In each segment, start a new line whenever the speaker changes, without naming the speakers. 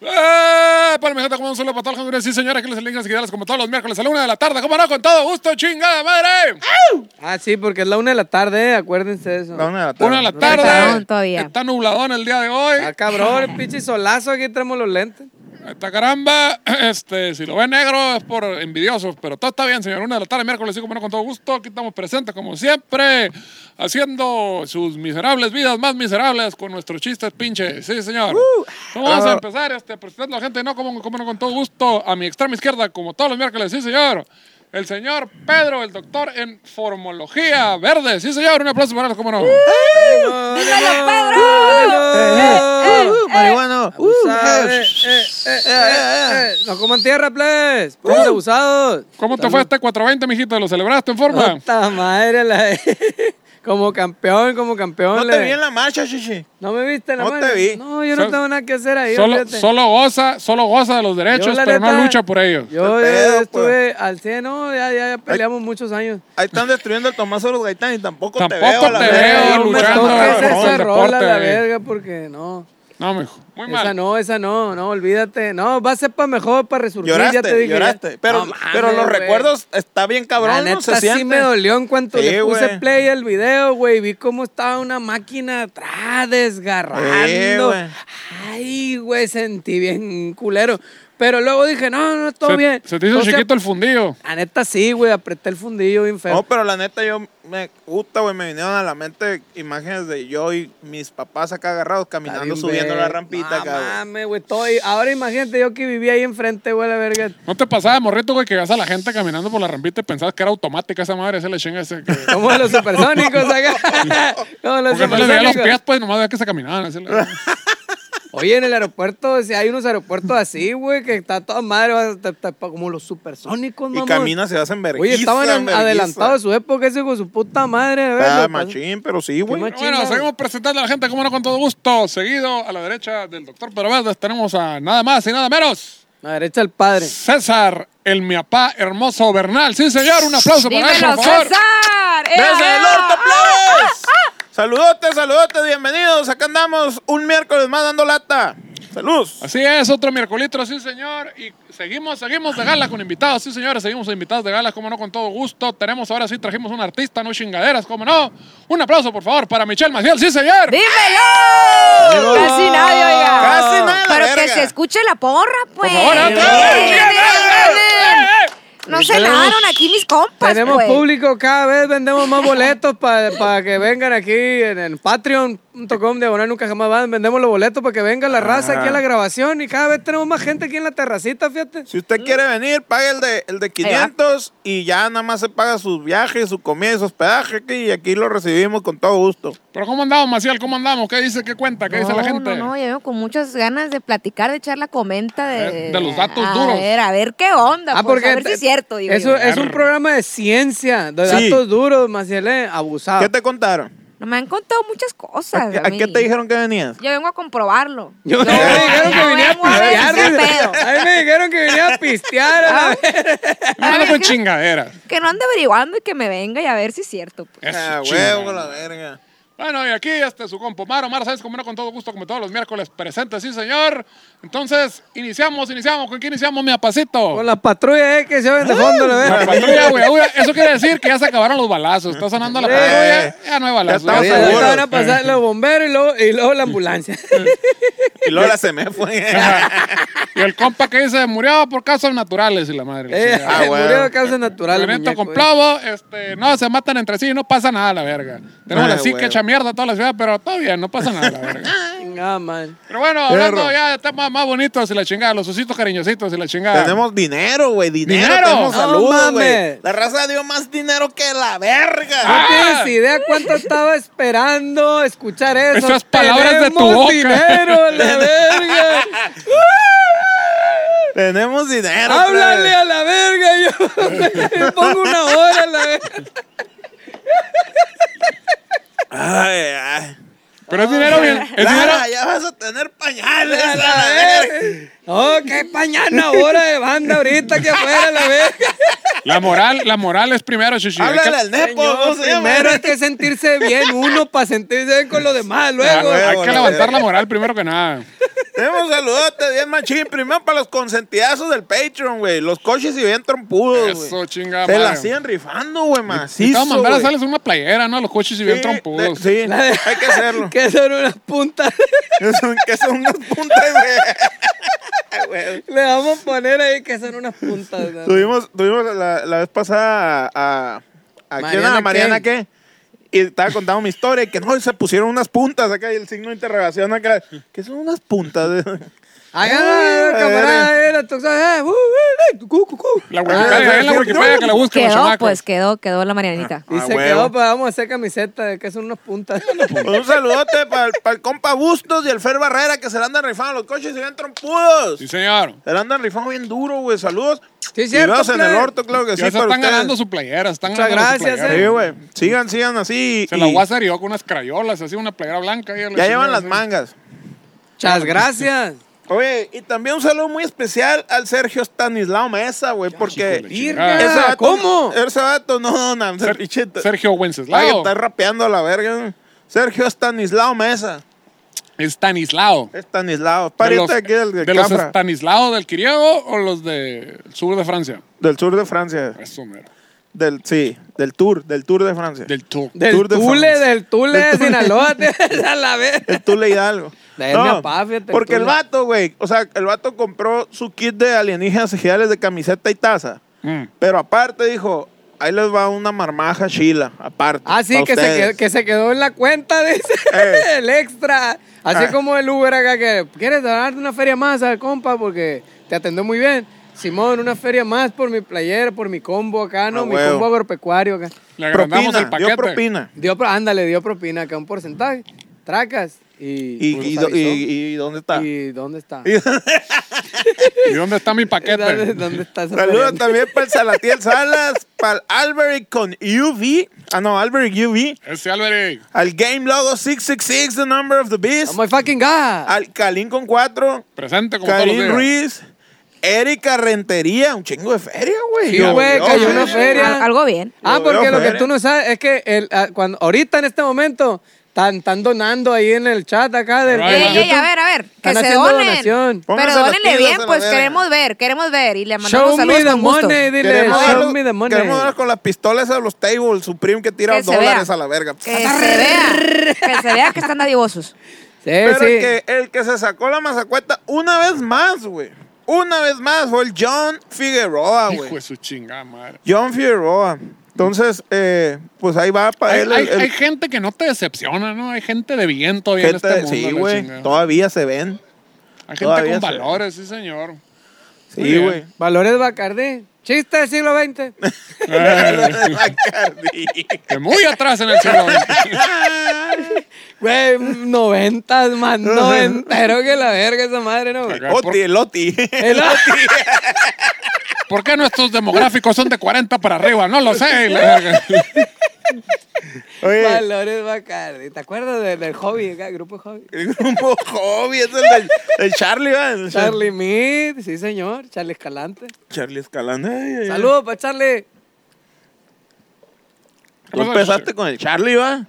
¡Eh! Palmejeta como un solo patal, señores sí señores, aquí les elegimos seguidores como todos los miércoles a la una de la tarde, como no, con todo gusto, chingada madre.
Ah, sí, porque es la una de la tarde, eh, acuérdense de eso.
La una de la tarde.
Una de la
Perdón,
tarde.
todavía.
Está nubladón el día de hoy.
Ah, cabrón, el pinche solazo, aquí traemos los lentes.
Esta caramba, este, si lo ve negro es por envidiosos, pero todo está bien, señor. Una de la tarde, miércoles, sí, como no, con todo gusto. Aquí estamos presentes, como siempre, haciendo sus miserables vidas más miserables con nuestros chistes pinches. Sí, señor. Vamos a empezar este, presentando a la gente, no como, como no, con todo gusto, a mi extrema izquierda, como todos los miércoles, sí, señor. El señor Pedro, el doctor en formología verde. Sí, señor, un aplauso para él, como no.
¡Dímelo, Pedro!
Eh, eh, marihuano.
Abusar, eh,
Eh, Uh.
eh, eh, eh, eh. No coman tierra, please. Puros abusados.
¿Cómo te fue este 420, mijito? ¿Lo celebraste en
Ah.
forma?
Puta madre, la... como campeón, como campeón.
No
le-
te vi en la marcha, chichi.
¿No me viste en la
No
madre?
te vi.
No, yo no
Sol-
tengo nada que hacer ahí.
Solo,
olvídate.
solo goza, solo goza de los derechos,
Yo, la
pero no
neta,
lucha por ellos.
Yo
Qué pedo, pues?
eh, estuve al 100, no, ya, ya, ya peleamos muchos años.
Ahí están destruyendo el Tomás de los Gaitán y tampoco,
Tampoco
te veo. a la
te
verga.
veo
Yo me
luchando,
toca
cabrón,
hacer esa
el
rola,
deporte,
la
güey.
verga, porque no.
No, mijo. Muy
Esa
mal.
no, esa no, no, olvídate. No, va a ser para mejor, para resurgir, ya te
Lloraste,
dije. ya.
lloraste. Pero,
No mames,
pero los
güey.
recuerdos está bien cabrón,
la
¿no?
neta
Se
sí
siente.
me dolió en cuanto
Sí,
le puse
güey.
play al video, güey. Vi cómo estaba una máquina atrás desgarrando.
Sí, güey.
Ay, güey, sentí bien culero. Pero luego dije, no, no, todo
se,
bien.
se te hizo
Entonces,
chiquito el fundido.
La neta sí, güey, apreté el fundillo bien feo.
No, pero la neta yo me gusta, güey, me vinieron a la mente imágenes de yo y mis papás acá agarrados
Está
caminando,
bien,
subiendo
güey.
la rampita,
No
cabrón.
mames, güey, todo ahí. Ahora imagínate yo que vivía ahí enfrente, güey, la verga.
¿No te pasaba, morrito, güey, que veas a la gente caminando por la rampita y pensabas que era automática esa madre? Esa le chinga ese. Que...
Como los supersónicos acá. Como los
Porque no le veía los
supersónicos.
pies, pues, nomás veía que se caminaban. así
Ah,
le-
Oye, en el aeropuerto, si hay unos aeropuertos así, güey, que está toda madre, vas- te- te- como los supersónicos,
Y
mamón.
camina, se hacen vergüenza.
Oye, estaban an- adelantados a su época, ese con su puta madre. a ver,
Está
lo-
machín, pero sí, güey.
machín.
Bueno,
Chingado.
seguimos presentando a la gente, como no, con todo gusto. Seguido a la derecha del doctor Pero Verdes tenemos a nada más y nada menos.
A la derecha el padre.
César, el miapá hermoso Bernal. Sí, señor, un aplauso para él,
¡Dímelo,
por favor.
César! ¡Ea,
¡Desde
ea!
el orto, plebes! Saludotes, saludotes, bienvenidos. Acá andamos un miércoles más dando lata. Salud.
Así es, otro miércolito, sí señor. Y seguimos, seguimos de gala con invitados, sí señores, seguimos de invitados de gala, como no, con todo gusto. Tenemos ahora sí, trajimos un artista, no chingaderas, como no. Un aplauso, por favor, para Michelle Maciel, sí señor.
¡Dímelo! Casi nadie, oiga.
Casi nadie, la
Pero que
verga.
se escuche la porra,
por
pues.
favor,
Miren,
antes. eh,
miren, miren. No se nadaron aquí mis compas,
Tenemos
pues.
público, cada vez vendemos más boletos para que vengan aquí en el Patreon.com de Abonar Nunca Jamás Van. Vendemos los boletos para que venga la raza
Ah.
aquí a la grabación y cada vez tenemos más gente aquí en la terracita, fíjate.
Si usted quiere venir, pague el de, el de 500 y ya nada más se paga sus viajes, su comida y su hospedaje aquí, y aquí lo recibimos con todo gusto.
Pero ¿cómo andamos, Maciel? ¿Cómo andamos? ¿Qué dice? ¿Qué cuenta? ¿Qué dice la gente?
No, no, yo vengo con muchas ganas de platicar, de echar la comenta de...
Eh, de los datos
a
duros.
ver, a ver qué onda,
Ah,
pues, a ver si
te-
es cierto, digo
eso
yo.
es un
Arr.
programa de ciencia, de
Ah. Sí.
datos duros, Maciel, eh, abusado.
¿Qué te contaron?
No, Me han contado muchas cosas
¿A, qué-
a
a qué
mí.
te dijeron que venías? Ah,
Yo vengo a comprobarlo.
Yo me dijeron que
yo
venía a
vengo a ver
pistear.
qué
dice.
pedo. Ah.
A mí me dijeron que venía a pistear. a la verga.
No ando con chingaderas.
Que no ande averiguando y que me venga y a ver si es cierto. pues.
Eso,
Ah,
chingada.
huevo, la verga.
Bueno, y aquí este su compo Mar, Omar Sáenz, como no, con todo gusto, como todos los miércoles, presente, sí señor. Entonces, iniciamos, iniciamos. ¿Con quién iniciamos, mi apacito?
Con la patrulla eh, que se
Uh.
ven de fondo, la
La
verga.
patrulla, güey. Uy, Eso quiere decir que ya se acabaron los balazos. Está sonando la
Eh,
patrulla. Ya no hay balazos.
ya
Ahorita
estamos seguros.
Van a pasar los bomberos y luego, y luego la ambulancia.
Y luego la se me fue.
Y el compa que dice murió por causas naturales y la madre. la
Eh,
chingada.
ah, bueno.
Murió de causas naturales.
Con esto,
muñeco,
con
eh.
plomo, este, no, se matan entre sí y no pasa nada, la verga. Tenemos
Ah,
la psique
güey.
hecha mierda toda la ciudad, pero todo bien, no pasa nada, la verga.
Chingada madre.
Pero bueno, hablando
Perro.
ya de temas más bonitos y la chingada, los ositos cariñositos y la chingada.
Tenemos dinero, güey, dinero.
¡Dinero!
Tenemos
No
salud, güey.
mames.
La raza dio más dinero que la verga.
No
Ah.
tienes idea cuánto estaba esperando escuchar eso.
Esas palabras de tu
Tenemos
boca.
dinero, la verga.
Tenemos dinero.
Háblale
plebes.
a la verga. Yo me pongo una hora a la verga.
Ay, ay.
Pero es dinero bien. Es dinero,
Lara, ya vas a tener pañales.
A
a
la
la verga.
verga. No, qué pañana hora de banda ahorita que afuera, la verga.
la moral, la moral es primero, chichi. Hay que-
Háblale al nepo. ¿cómo
Señor,
se llama?
primero hay que sentirse bien uno para sentirse bien con los demás,
Ah,
luego.
güey, Hay
Huevo,
que
la
levantar
verga.
la moral primero que nada.
Tenemos saludotes bien machín. Primero para los consentidazos del Patreon, güey. Los coches y bien trompudos, güey.
Eso, chingada
Se la
madre.
siguen rifando, güey,
Y te
macizo,
voy a mandar a
güey.
hacerles una playera, ¿no? A los coches y bien
Sí,
trompudos.
de- sí, hay que hacerlo.
Que son unas puntas.
Son- que son unas puntas, güey. güey.
Le vamos a poner ahí que son unas puntas. ¿no?
Tuvimos, tuvimos la, la vez pasada a, a, a quién
Mariana
era? Mariana qué? Y estaba contando mi historia y que no, y se pusieron unas puntas acá y el signo de interrogación acá. ¿Qué son unas puntas?
Ahí
Eh,
era la
Ay, a
camarada, era tu- eh, uh, uh, eh, cu, cu, cu, cu.
La Wikipedia,
Ah,
ahí en la
sí,
Wikipedia que la busquen los
Quedó,
chamacos.
pues quedó, quedó la Marianita.
Y
Ah,
se
huevo.
quedó, pues vamos a hacer camiseta de que son unas puntas.
Pues un saludote para el compa Bustos y el Fer Barrera que se la andan rifando los coches y se ven trompudos.
Sí, señor.
Se la andan rifando bien duro, güey. Saludos.
Sí,
Y
cierto,
besos en
plebe.
el orto, claro que sí.
ya se
para
están
ustedes.
ganando su playera, están
Muchas
ganando su
gracias,
playera.
Sí, güey. Sigan, sigan así.
Se la
y
voy a hacer yo con unas crayolas, así una playera blanca. ahí a la
ya
chingada,
llevan las
sí.
mangas.
Muchas gracias.
Oye, y también un saludo muy especial al Sergio Stanislao Mesa, güey, porque
chingada.
Virga,
ese vato,
¿Cómo?
Ese vato, no, no, no,
Ser-
pinche-
Sergio
Ay, que
Wenceslao.
está rapeando a la verga. Sergio Stanislao Mesa.
Estanislao.
Estanislao,
¿De
pariente
los,
de aquí del de
de los
Cafra,
Estanislao del Quiriego o los del sur de Francia?
del sur de Francia.
Eso, mero.
Del, sí, del tour, del tour de Francia.
Del tour.
Del
Tour de
Tule,
France.
del Tule
Del
de
Tule.
Sinaloa, te- a la vez.
El Tule Hidalgo.
De ahí mi papá, fíjate, el
porque el
Tule.
vato, güey, o sea, el vato compró su kit de alienígenas ejidales de camiseta y taza.
Mm.
Pero aparte dijo, ahí les va una marmaja chila, aparte.
Ah, sí,
pa'
que se,
ustedes.
quedó, que se quedó en la cuenta, dice.
Eh.
El extra. Así
Ah.
como el Uber acá que quieres donarte una feria más al compa porque te atendió muy bien. Simón, una feria más por mi player, por mi combo acá, ¿no?
Ah,
mi
huevo.
combo agropecuario acá.
Le agrandamos el
propina,
paquete.
dio propina.
Dio, pro- ándale, dio propina acá, un porcentaje. Tracas. Y,
Y,
pues,
y,
nos avisó.
y- y- dónde está?
¿Y dónde está?
¿Y dónde está mi
¿Dónde,
paquete?
dónde está esa
Saludos
feria?
también para el Salatiel Salas, para el Alberic con UV. Ah, no, Alberic UV.
Ese Alberic.
Al Game Logo 666, The Number of the
Oh
Beast.
my fucking God.
Al Kalin con 4.
Presente como todos los
Karim
días.
Ruiz. Erika Rentería. Un chingo de feria, güey.
Sí,
Yo,
güey,
yo,
cayó
güey.
una feria.
Al- algo bien.
Ah,
Lo
porque
veo
lo que
feria.
tú no sabes es que el, ah, cuando, ahorita en este momento están, están donando ahí en el chat acá del,
Pero ahí
Ey,
del
va.
ey,
YouTube.
a ver, a ver, que
Están
se
haciendo
donen.
donación.
Pónganse
Pero
las
dónenle
pilas
bien,
a la
pues
verga.
queremos ver, queremos ver. Y le mandamos
Show
saludos
me the
con gusto.
money, dile.
Queremos
Show
verlos-
me the money.
queremos verlos con las pistolas a los tables, su prim que tira
Que se
dólares
vea.
a la verga. Ah,
Que
Eh,
se vea, que se vea que están dadivosos.
Sí,
Pero
sí.
el, que, el que se sacó la mazacueta una vez más, güey. Una vez más fue el John Figueroa,
Hijo de
güey.
su chingada madre.
John Figueroa. Entonces, eh, pues ahí va para
Hay,
él.
hay-
el- el-
hay gente que no te decepciona, ¿no? Hay gente de bien todavía
gente-
en este mundo.
sí,
la
güey.
chingada.
Todavía se ven.
Hay gente
todavía
con
se-
valores, sí, señor. Muy
Sí,
bien.
güey.
Valores Bacardí. Chiste del siglo XX.
Bacardi.
Que muy atrás en el siglo XX.
Güey, noventas, más noventero que la verga esa madre, ¿no? güey?
Oti, el Oti.
El-
¿Por qué nuestros demográficos son de 40 para arriba? No lo sé. la verga.
Oye,
Valores Bacardi. ¿Te acuerdas del, del hobby, acá, grupo hobby?
el grupo hobby es el del, del Charlie, ¿va? El Char-
Charlie Mead, sí señor, Charlie Escalante.
Charlie Escalante. Ay, ay, ay.
Saludos para Charlie.
Tú empezaste con el Charlie, ¿va?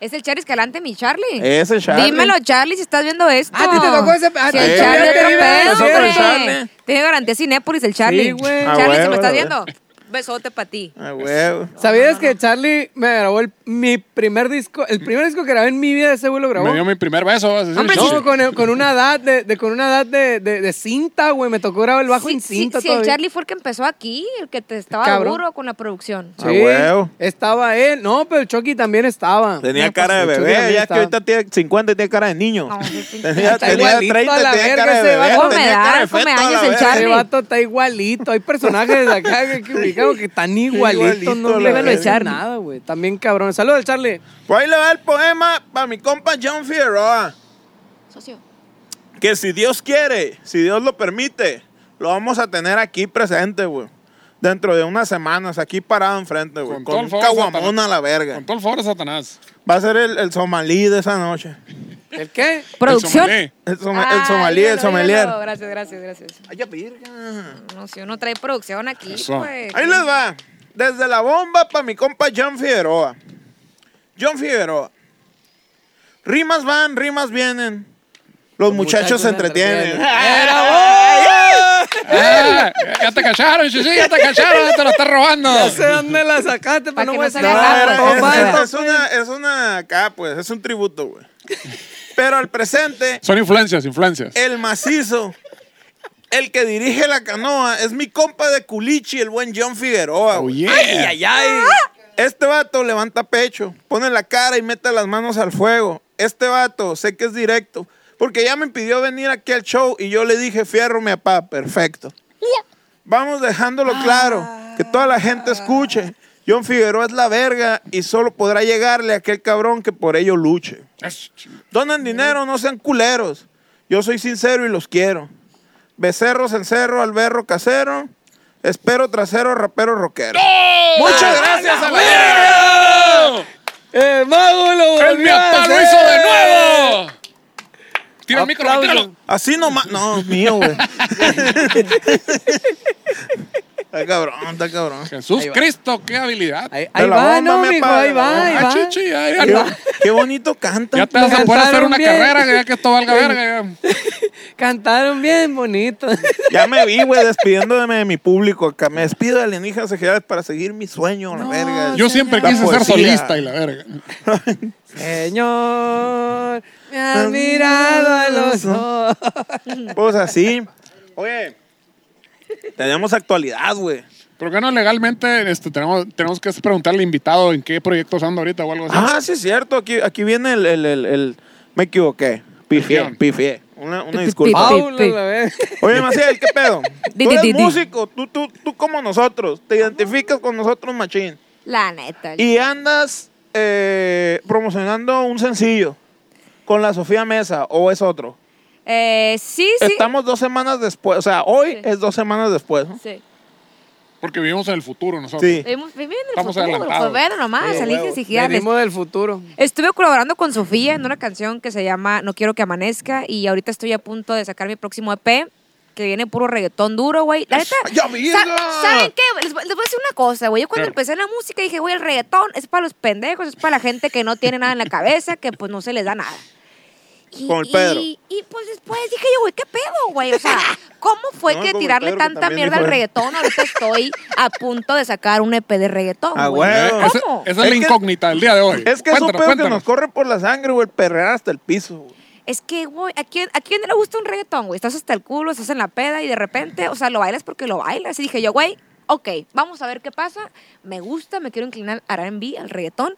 ¿Es el Charlie Escalante, mi Charlie?
Ese Charlie.
Dímelo, Charlie, si estás viendo esto.
Ah, ¿a ti te tocó ese- ah,
Si
¿a
el
ti te
Charlie
tocó ese
otro pedo,
pedo?
hombre.
Nosotros, Charlie.
Tiene garantía Cinépolis el Charlie.
Sí, güey.
Charlie,
Ah,
si
bueno,
me estás
bueno.
viendo, besote para ti.
Ah, huevo.
¿Sabías que Charlie me grabó el, mi primer disco? El primer disco que grabé en mi vida, ese güey lo grabó.
Me dio mi primer beso. así,
Hombre,
sí.
No, con, el- con una edad de, de- con una edad de, de- de cinta, güey. Me tocó grabar el bajo
Sí,
en
sí,
cinta
sí, el
todavía.
Charlie fue el que empezó aquí, el que te estaba
Cabrón.
duro con la producción.
Ah, huevo.
estaba él. No, pero el Chucky también estaba.
Tenía
No, pues,
cara de
el Chucky
bebé,
también
ya que
estaba.
ahorita tiene 50 y tiene cara de niño.
No, sí, sí.
Tenía,
Está
tenía
igualito
30
a la
tenía
verga
cara de
ese
bebé.
vato.
tenía
Come
cara de
edad,
feto
come
a la
años el
verga.
Ese
Charlie.
vato está igualito. Hay personajes de acá que, que ubicamos que están igualitos.
Igualito,
No
la
le van a
verga.
echar nada, güey. También cabrón. Saludos al Charlie.
Pues ahí le va el poema para mi compa John Figueroa.
Socio.
Que si Dios quiere, si Dios lo permite, lo vamos a tener aquí presente, güey. Dentro de unas semanas, aquí parado enfrente,
Con
güey. Con,
todo el
un
favor de
caguamón
Satanás.
a la verga.
Con todo el favor de Satanás.
Va a ser el, el somalí de esa noche.
¿El qué?
¿Producción?
El somalí.
El, soma-
Ah,
el somalí,
dígalo,
el sommelier.
dígalo. Gracias, gracias, gracias.
Ay, ya, verga.
No, si uno trae producción aquí,
Eso.
pues.
Ahí les va. Desde la bomba para mi compa John Figueroa. John Figueroa. Rimas van, rimas vienen. Los muchachos se entretienen. Ah,
¡Era vos!
Ah, ya te cacharon, sí, sí, ya te cacharon, ya te lo estás robando.
No sé dónde la sacaste,
Pa'
pero no
que
voy a
no se
salir.
No,
Ah,
era-
no,
es-
Este
vale.
es, una, es una acá, pues, es un tributo, güey. Pero al presente,
Son influencias, influencias.
el macizo, el que dirige la canoa, es mi compa de culichi, el buen John Figueroa.
Oh,
güey.
yeah.
¡Ay, ay, ay!
Este vato levanta pecho, pone la cara y mete las manos al fuego. Este vato, sé que es directo, porque ya me pidió venir aquí al show y yo le dije, fierro, mi papá, perfecto. Vamos dejándolo claro, que toda la gente escuche. John Figueroa es la verga y solo podrá llegarle a aquel cabrón que por ello luche. Donen dinero, no sean culeros. Yo soy sincero y los quiero. Becerros en cerro, alberro casero. Espero trasero, rapero, rockero. Muchas gracias a la verga.
¡El Eh, mago lo volvió
¡El mi
a
papá lo
hacer!
hizo de nuevo! Tira el micro,
Aplausos.
tíralo.
Así nomás. No, es mío, güey. está cabrón, está cabrón.
Jesús
Ahí va.
Cristo, qué habilidad.
Ahí,
De
ahí
la
va,
bomba,
no,
me
mijo,
apaga
ahí
la bomba.
va, ahí
Ah,
va.
chichi, ya, ya,
Qué,
ya.
qué bonito canta.
Ya te vas a poder hacer una
Cantaron bien.
carrera, ya que esto valga verga. ya.
Cantaron bien bonito.
Ya me vi, güey, despidiéndome de mi público acá. Me despido de alienígenas ejidales para seguir mi sueño, la
No,
verga.
Yo siempre
La
quise ser
poesía.
solista y la verga.
Señor, me has mirado a los ojos.
Pues así. Oye, tenemos actualidad, güey.
¿Por qué no legalmente este, tenemos, tenemos que preguntarle al invitado en qué proyectos anda ahorita o algo así?
Ah, sí, es cierto. Aquí, aquí viene el, el, el, el- Me equivoqué. Pifié,
Pifión.
pifié. Una, una
Pi-
disculpa.
pi-
Paulo,
pi.
la ve.
Oye, Maciel, ¿qué pedo?
Di,
tú
di,
eres
di, di.
músico, tú, tú, tú como nosotros, te identificas con nosotros, machín.
La neta.
Y andas eh, promocionando un sencillo con la Sofía Mesa, o es otro.
Eh, sí, sí.
Estamos dos semanas después, o sea, hoy
Sí.
es dos semanas después. ¿no?
Sí.
Porque vivimos en el futuro nosotros.
Sí.
Vimos- vimos en el
Estamos
futuro,
adelantados.
Pues bueno, nomás,
Sí,
Alicia
huevo.
Sigiales.
Venimos del futuro.
Estuve colaborando con Sofía en una canción que se llama No quiero que amanezca y ahorita estoy a punto de sacar mi próximo EP que viene puro reggaetón duro, güey. La neta,
¡Ya, mierda!
sa- ¿Saben qué? Les, voy- les voy a decir una cosa, güey. Yo cuando
Claro.
empecé en la música dije, güey, el reggaetón es para los pendejos, es para la gente que no tiene nada en la cabeza, que pues no se les da nada. Y,
Como el Pedro.
Y, y, pues después dije yo, güey, ¿qué pedo, güey? O sea, ¿cómo fue
No,
que
como el
tirarle
Pedro que
tanta
también
mierda al
dijo eso.
reggaetón? Ahorita estoy a punto de sacar un EP de reggaetón,
Ah,
güey.
güey.
Eh, esa-
¿Cómo?
Esa es, la
Es que-
incógnita del día de hoy.
Es que es un
Cuéntanos,
pedo que
cuéntanos.
nos corre por la sangre, güey, el perrear hasta el piso. güey.
Es que, güey, ¿a quién, ¿a quién no le gusta un reggaetón, güey? Estás hasta el culo, estás en la peda y de repente, o sea, lo bailas porque lo bailas. Y dije yo, güey, ok, vamos a ver qué pasa. Me gusta, me quiero inclinar al R&B, al reggaetón.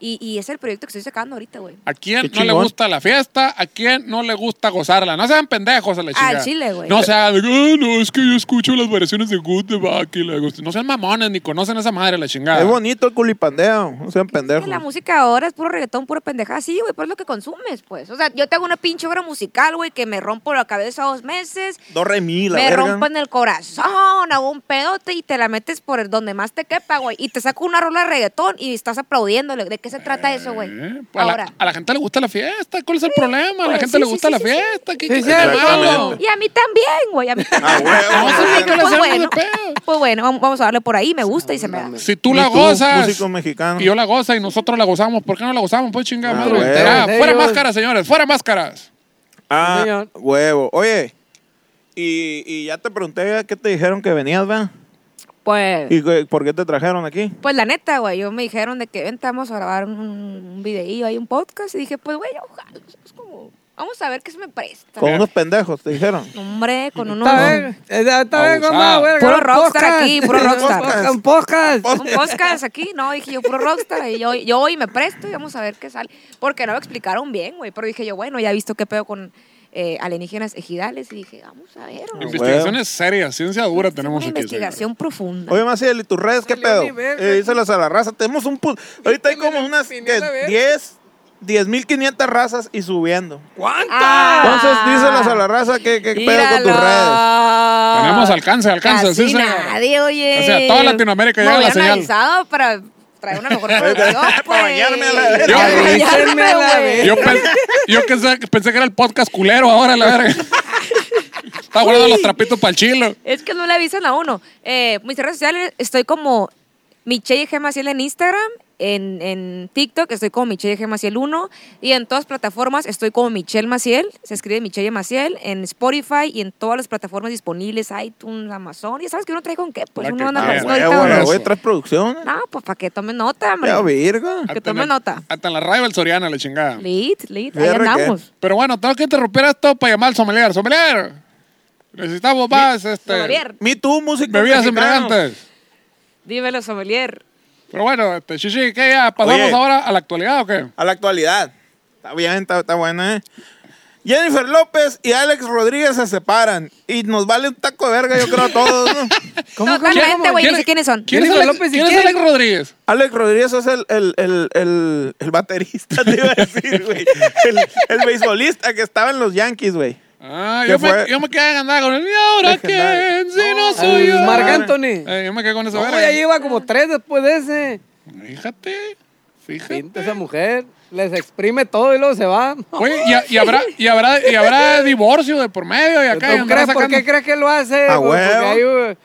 Y, y es el proyecto que estoy sacando ahorita, güey.
¿A quién
Qué
no le
chingón.
gusta la fiesta? ¿A quién no le gusta gozarla? No sean pendejos a la chica.
chile, güey.
No sean, "Ah, no, es que yo escucho las versiones de Good de Bach y la gusta". No sean mamones ni conocen esa madre la chingada.
Es bonito el culipandeo, no sean
Es
pendejos.
que la música ahora es puro reggaetón, pura pendejada. Sí, güey, pero es lo que consumes, pues. O sea, yo tengo una pinche obra musical, güey, que me rompo la cabeza dos meses.
Do re mi, la
me
verga.
rompen el corazón, hago un pedote y te la metes por el donde más te quepa, güey. Y te saco una rola de reggaetón y estás aplaudiéndole. ¿De qué se trata eso, güey?
Eh, a,
Ahora.
la, a la gente le gusta la fiesta. ¿Cuál es el problema? A la
pues,
gente
sí,
le
sí,
gusta
sí,
la
sí, sí.
fiesta. ¿Qué,
Sí,
qué-
cierto.
qué malo?
Exactamente.
Y a mí también, güey. A mí también.
Ah, güey,
No, sí, hay que
Pues
hacerle
bueno,
de pedo.
pues bueno, vamos- vamos a darle por ahí. Me gusta y se me da.
Si tú
Ni
la
tú,
gozas
músico mexicano.
y yo la goza y nosotros la gozamos, ¿por qué no la gozamos? Pues chingada
Ah,
madre.
güey.
Ya,
Ellos-
fuera máscaras, señores, fuera máscaras.
Ah,
señor.
huevo. Oye, y, y ya te pregunté qué te dijeron que venías, ¿verdad?
Pues,
¿Y qué- por qué te trajeron aquí?
pues la neta, güey. Yo me dijeron de que vente, vamos a grabar un, un videío, hay un podcast. Y dije, pues, güey, ojalá. Es como, vamos a ver qué se me presta.
Con unos pendejos, te dijeron.
Hombre, con unos.
Está bien, está está bien,
Abusado.
compa, güey,
Puro
un
rockstar
podcast.
aquí, puro
Un
rockstar.
podcast, Un podcast.
Pues,
Un podcast aquí, no, dije yo puro rockstar y yo, yo hoy me presto y vamos a ver qué sale. Porque no lo explicaron bien, güey, pero dije yo, bueno, ya he visto qué pedo con eh, alienígenas ejidales y dije, vamos a ver. güey.
Investigaciones serias, ciencia dura tenemos
Una
aquí.
investigación profunda.
Oye, Maciel, ¿y tus redes qué
Salió
pedo?
ni verga.
Eh, díselas a la raza. Tenemos un... pu- Ahorita hay como
la
unas
opiné
¿qué?
la verga.
10, 10.500 razas y subiendo.
Ah.
Entonces, díselas a la raza qué, qué pedo con tus redes.
redes.
Tenemos alcance, alcance, sí,
Casi
señora.
nadie, oye.
O sea, toda Latinoamérica
Me
llega la
hubieran
señal.
avisado para traer una mejor producción,
Para
pues.
bañarme a la
Para
verga.
bañarme,
Avísenme a la
güey.
señora. Yo, pen- yo que sé- pensé que era el podcast culero ahora, la verga. Está guardando los trapitos para el chilo.
Es que no le avisan a uno. Eh, mis redes sociales estoy como Michelle G. Maciel en Instagram En, en TikTok estoy como Michelle G. Maciel 1 y en todas plataformas estoy como Michelle Maciel, se escribe Michelle Maciel, en Spotify y en todas las plataformas disponibles, iTunes, Amazon, y sabes que uno trae con qué, pues
La que
uno anda
Ah,
Ah,
trae,
apareciendo
bueno,
huevo,
bueno.
ahorita.
la
eso.
güey, tres producciones.
No, pues para que tome nota, hombre.
Ya, virga.
que
Hasta
tome
en la-
nota.
Hasta en la rival Soriana, la chingada.
Lit, lit, ahí
Fíjate que-
andamos.
Pero bueno, tengo que interrumpir esto para llamar al sommelier. ¡Sommelier! Necesitamos más, este...
Sommelier,
Me Too, música
Bebidas
mexicana.
embriagantes.
dímelo, sommelier.
Pero bueno, este, Shishi, ¿qué ya? ¿Pasamos
Oye.
ahora a la actualidad o qué?
A la actualidad. Está bien, está, está buena, ¿eh? Jennifer López y Alex Rodríguez se separan. Y nos vale un taco de verga, yo creo, a todos. ¿no?
Totalmente, güey, ni sé quiénes son.
¿Quién es
Jennifer
Alex,
López y
quién es
quién?
Alex Rodríguez?
Alex Rodríguez es el, el, el, el, el baterista, te iba a decir, güey. El, el beisbolista que estaba en los Yankees, güey.
Ah,
¿Qué
yo me,
fue?
yo me quedé andando con el. ¿Y ahora
Legendario.
quién? Si no
No,
soy yo.
Al Marc Anthony.
Eh, yo me quedé con esa
No,
verga.
ya lleva como tres después de ese.
Fíjate,
Pinta
fíjate.
esa mujer, les exprime todo y luego se va.
Oye, y, y habrá, y, habrá, y habrá divorcio de por medio y
¿Tú
acá. y andará
crees, ¿Por
sacando-
qué crees que lo hace?
A
Porque
huevo.
hay un-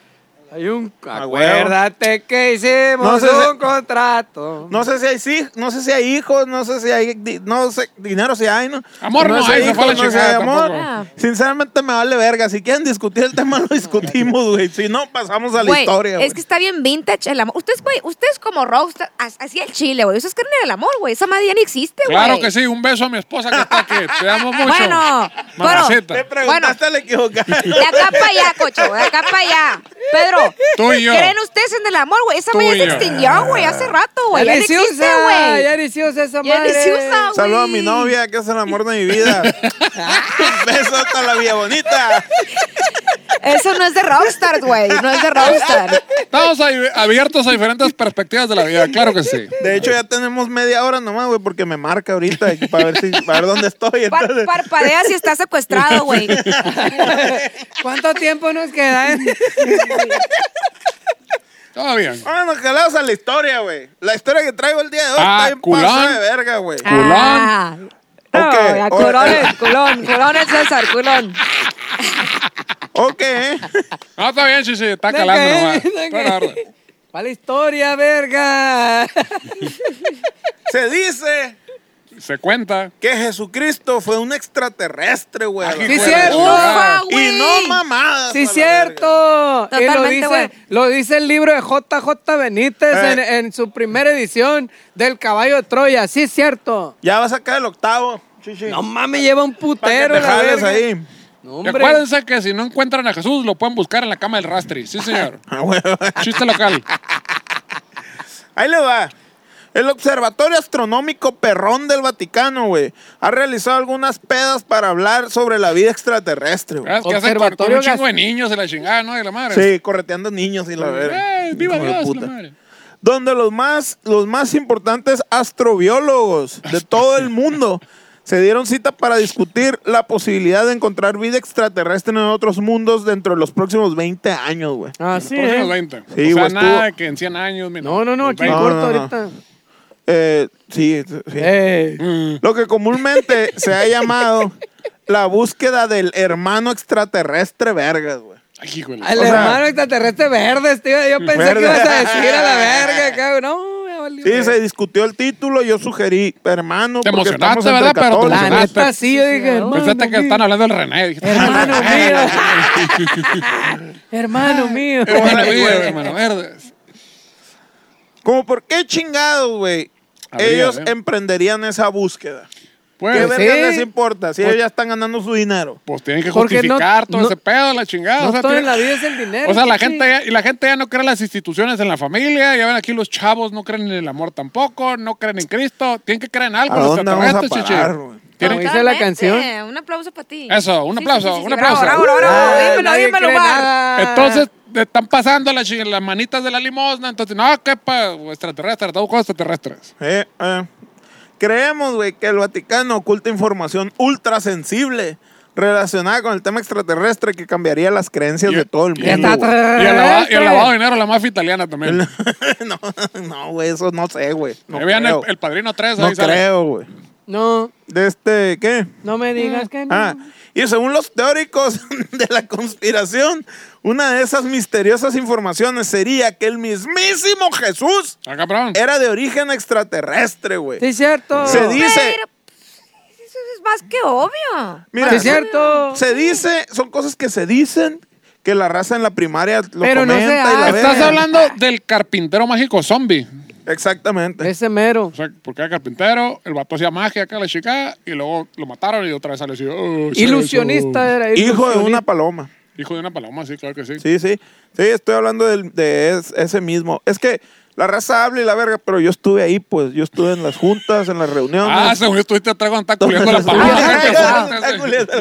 hay un...
A huevo.
Acuérdate que hicimos
No sé si-
un contrato.
No sé si hay sí, no sé si hay hijos, no sé si hay di- no sé, dinero si hay, ¿no?
Amor no
si
hay, se fue a la
no si
chingada
hay amor.
tampoco.
Ah.
Sinceramente me vale verga. Si quieren discutir el tema, lo discutimos, güey. Si no, pasamos a la
Güey,
historia.
Es
güey.
que está bien vintage el amor. Ustedes, güey, ustedes como rockstar, as- así el chile, güey. Ustedes creen en el amor, güey. Esa madre ya ni existe, güey. Ah,
Claro que sí, un beso a mi esposa que está aquí. Te amo mucho.
Bueno, pero-
Mamacita.
Te preguntaste al equivocado.
De acá para allá, cocho, de acá para allá. Pedro,
Tú y yo.
¿creen ustedes en el amor, güey? Esa
Tú
madre
y yo.
ya se extinguió, güey, hace rato, güey. Ya
Ya
no
ni se
existe,
usa,
güey.
ya ni se usa esa
Ya ni
madre.
se usa, güey.
Saludos a mi novia, que es el amor de mi vida. Beso hasta la Villa Bonita.
Eso no es de rockstar, güey. No es de rockstar.
Estamos ahí abiertos a diferentes perspectivas de la vida, claro que sí.
De hecho, ya tenemos media hora nomás, güey, porque me marca ahorita y para ver, si, para ver dónde estoy.
Par-
Entonces,
parpadea si está secuestrado, güey.
¿Cuánto tiempo nos queda? eh?
Todo bien.
Vámonos jalados a la historia, güey. La historia que traigo el día de hoy
Ah,
está en
culón.
paso de verga, güey.
Culón.
Ah. No,
Ok,
ya,
ahora-
culón, el- culón, culón el César, culón.
Ok, ¿eh?
No, está bien, sí, sí, está
Deja
calando
ir,
nomás.
deja
Está en
ir.
orden.
¿Cuál historia, verga?
Se dice
Se cuenta.
que Jesucristo fue un extraterrestre, güey.
Ay,
Sí,
Hijo de
cierto.
la
Ufa, güey.
Y no mamadas. a
Sí,
la
cierto. Y lo
Totalmente,
dice,
güey.
lo dice el libro de JJ Benítez
Eh.
en, en su primera edición del Caballo de Troya. Sí, cierto.
verga. Ya va a sacar el octavo. Chichi.
No mames, lleva un
Para
putero
que te
la
jales
verga.
ahí.
Y
No, hombre.
acuérdense que si no encuentran a Jesús, lo pueden buscar en la cama del rastri. Sí, señor.
Ah, güey.
Chiste local.
Ahí le va. El Observatorio Astronómico Perrón del Vaticano, güey, ha realizado algunas pedas para hablar sobre la vida extraterrestre, güey.
Es que hace con, con
Observatorio
un chingo
gas-
de niños y la chingada, ¿no? Y la Ah, madre.
Sí, correteando niños y la verga.
Eh, ¡Viva
Hijo de
Dios!
puta.
La madre.
Donde los más, los más importantes astrobiólogos de todo el mundo se dieron cita para discutir la posibilidad de encontrar vida extraterrestre en otros mundos dentro de los próximos 20 años, güey.
Así
Por los
es.
20. o
Sí,
sea,
güey,
nada
estuvo-
de que en 100 años. mira,
Ah, eh. No, no, no,
los
aquí
20.
No,
corto
no, no.
ahorita. Eh,
Eh, sí, sí.
Ey.
Mm.
Lo que comúnmente se ha llamado la búsqueda del hermano extraterrestre, vergas, güey.
Ay, híjole.
Al
sea-
hermano extraterrestre verde, tío. Yo pensé
Verde.
que ibas a decir a la verga, cabrón. No, me valió.
Sí, se discutió el título, yo sugerí hermano.
Te
porque
emocionaste,
estamos entre
¿verdad? Pero te
católicos.
La
emocionaste.
neta sí, yo dije, hermano.
Pensaste Pues que
mío.
están hablando del René. Dijiste,
Hermano
"Ah,
mío. hermano mío.
Hermano
Ay,
mío,
güey.
hermano verdes.
Como por qué chingados, güey.
Habría,
Ellos
¿eh?
emprenderían esa búsqueda. ¿Qué
Pues,
ver-
verga
sí.
les importa? Si
Pues-
ellos ya están ganando su dinero.
pues tienen que
Porque no-
justificar todo
no-
ese pedo, la chingada.
No
o sea,
todo en
tiene-
la vida es el dinero.
O sea, la
chichi.
gente ya, y la gente ya no cree en las instituciones en la familia, ya ven aquí los chavos no creen en el amor tampoco, no creen en Cristo, tienen que creer en algo,
¿A
los
dónde vamos a
extraterrestres, chichi.
parar, güey?
Tienen-
Como dice la canción.
Totalmente. Un aplauso para ti.
Eso, un
Sí, sí,
aplauso,
sí, sí,
un
sí,
aplauso.
Bravo, bravo, bravo.
Ah,
dímelo,
nadie
dímelo,
cree
Bar.
nada.
Entonces, te están pasando las, chi- las manitas de la limosna, entonces, no, qué pa, extraterrestres, estamos con extraterrestres.
Eh, eh. Creemos, güey, que el Vaticano oculta información ultra sensible relacionada con el tema extraterrestre que cambiaría las creencias
Y-
de todo el
y-
mundo.
Está
güey.
Y el, lava- y el lavado de dinero, la mafia italiana también.
no, no, güey, eso no sé, güey. No
Ahí vean el,
creo,
el Padrino 3,
No
ahí sale.
creo, güey.
No,
de este, ¿qué?
no me digas que no.
Ah, y según los teóricos de la conspiración, una de esas misteriosas informaciones sería que el mismísimo Jesús
Ah, cabrón.
era de origen extraterrestre, güey.
Sí, cierto.
Se di- dice-
Pero, pues, eso es más que obvio.
Mira,
Sí, es cierto.
se dice, son cosas que se dicen, que la raza en la primaria lo
Pero no ah, se
comenta y la
hace.
ve.
Estás hablando del carpintero mágico zombie.
Exactamente.
Ese mero.
O sea, porque era carpintero, el vato hacía magia acá a la chica y luego lo mataron y otra vez salió así. "Oh, soy
Ilusionista eh.
eso".
era.
Hijo de
ilusionista.
una paloma.
Hijo de una paloma, sí, claro que sí.
Sí, sí. Sí, estoy hablando del- de, es- ese mismo. Es que la raza habla y la verga, pero yo estuve ahí, pues. Yo estuve en las juntas, en las reuniones.
Ah, según yo estuviste atrás cuando estaba culiando la paloma.
Está culiando.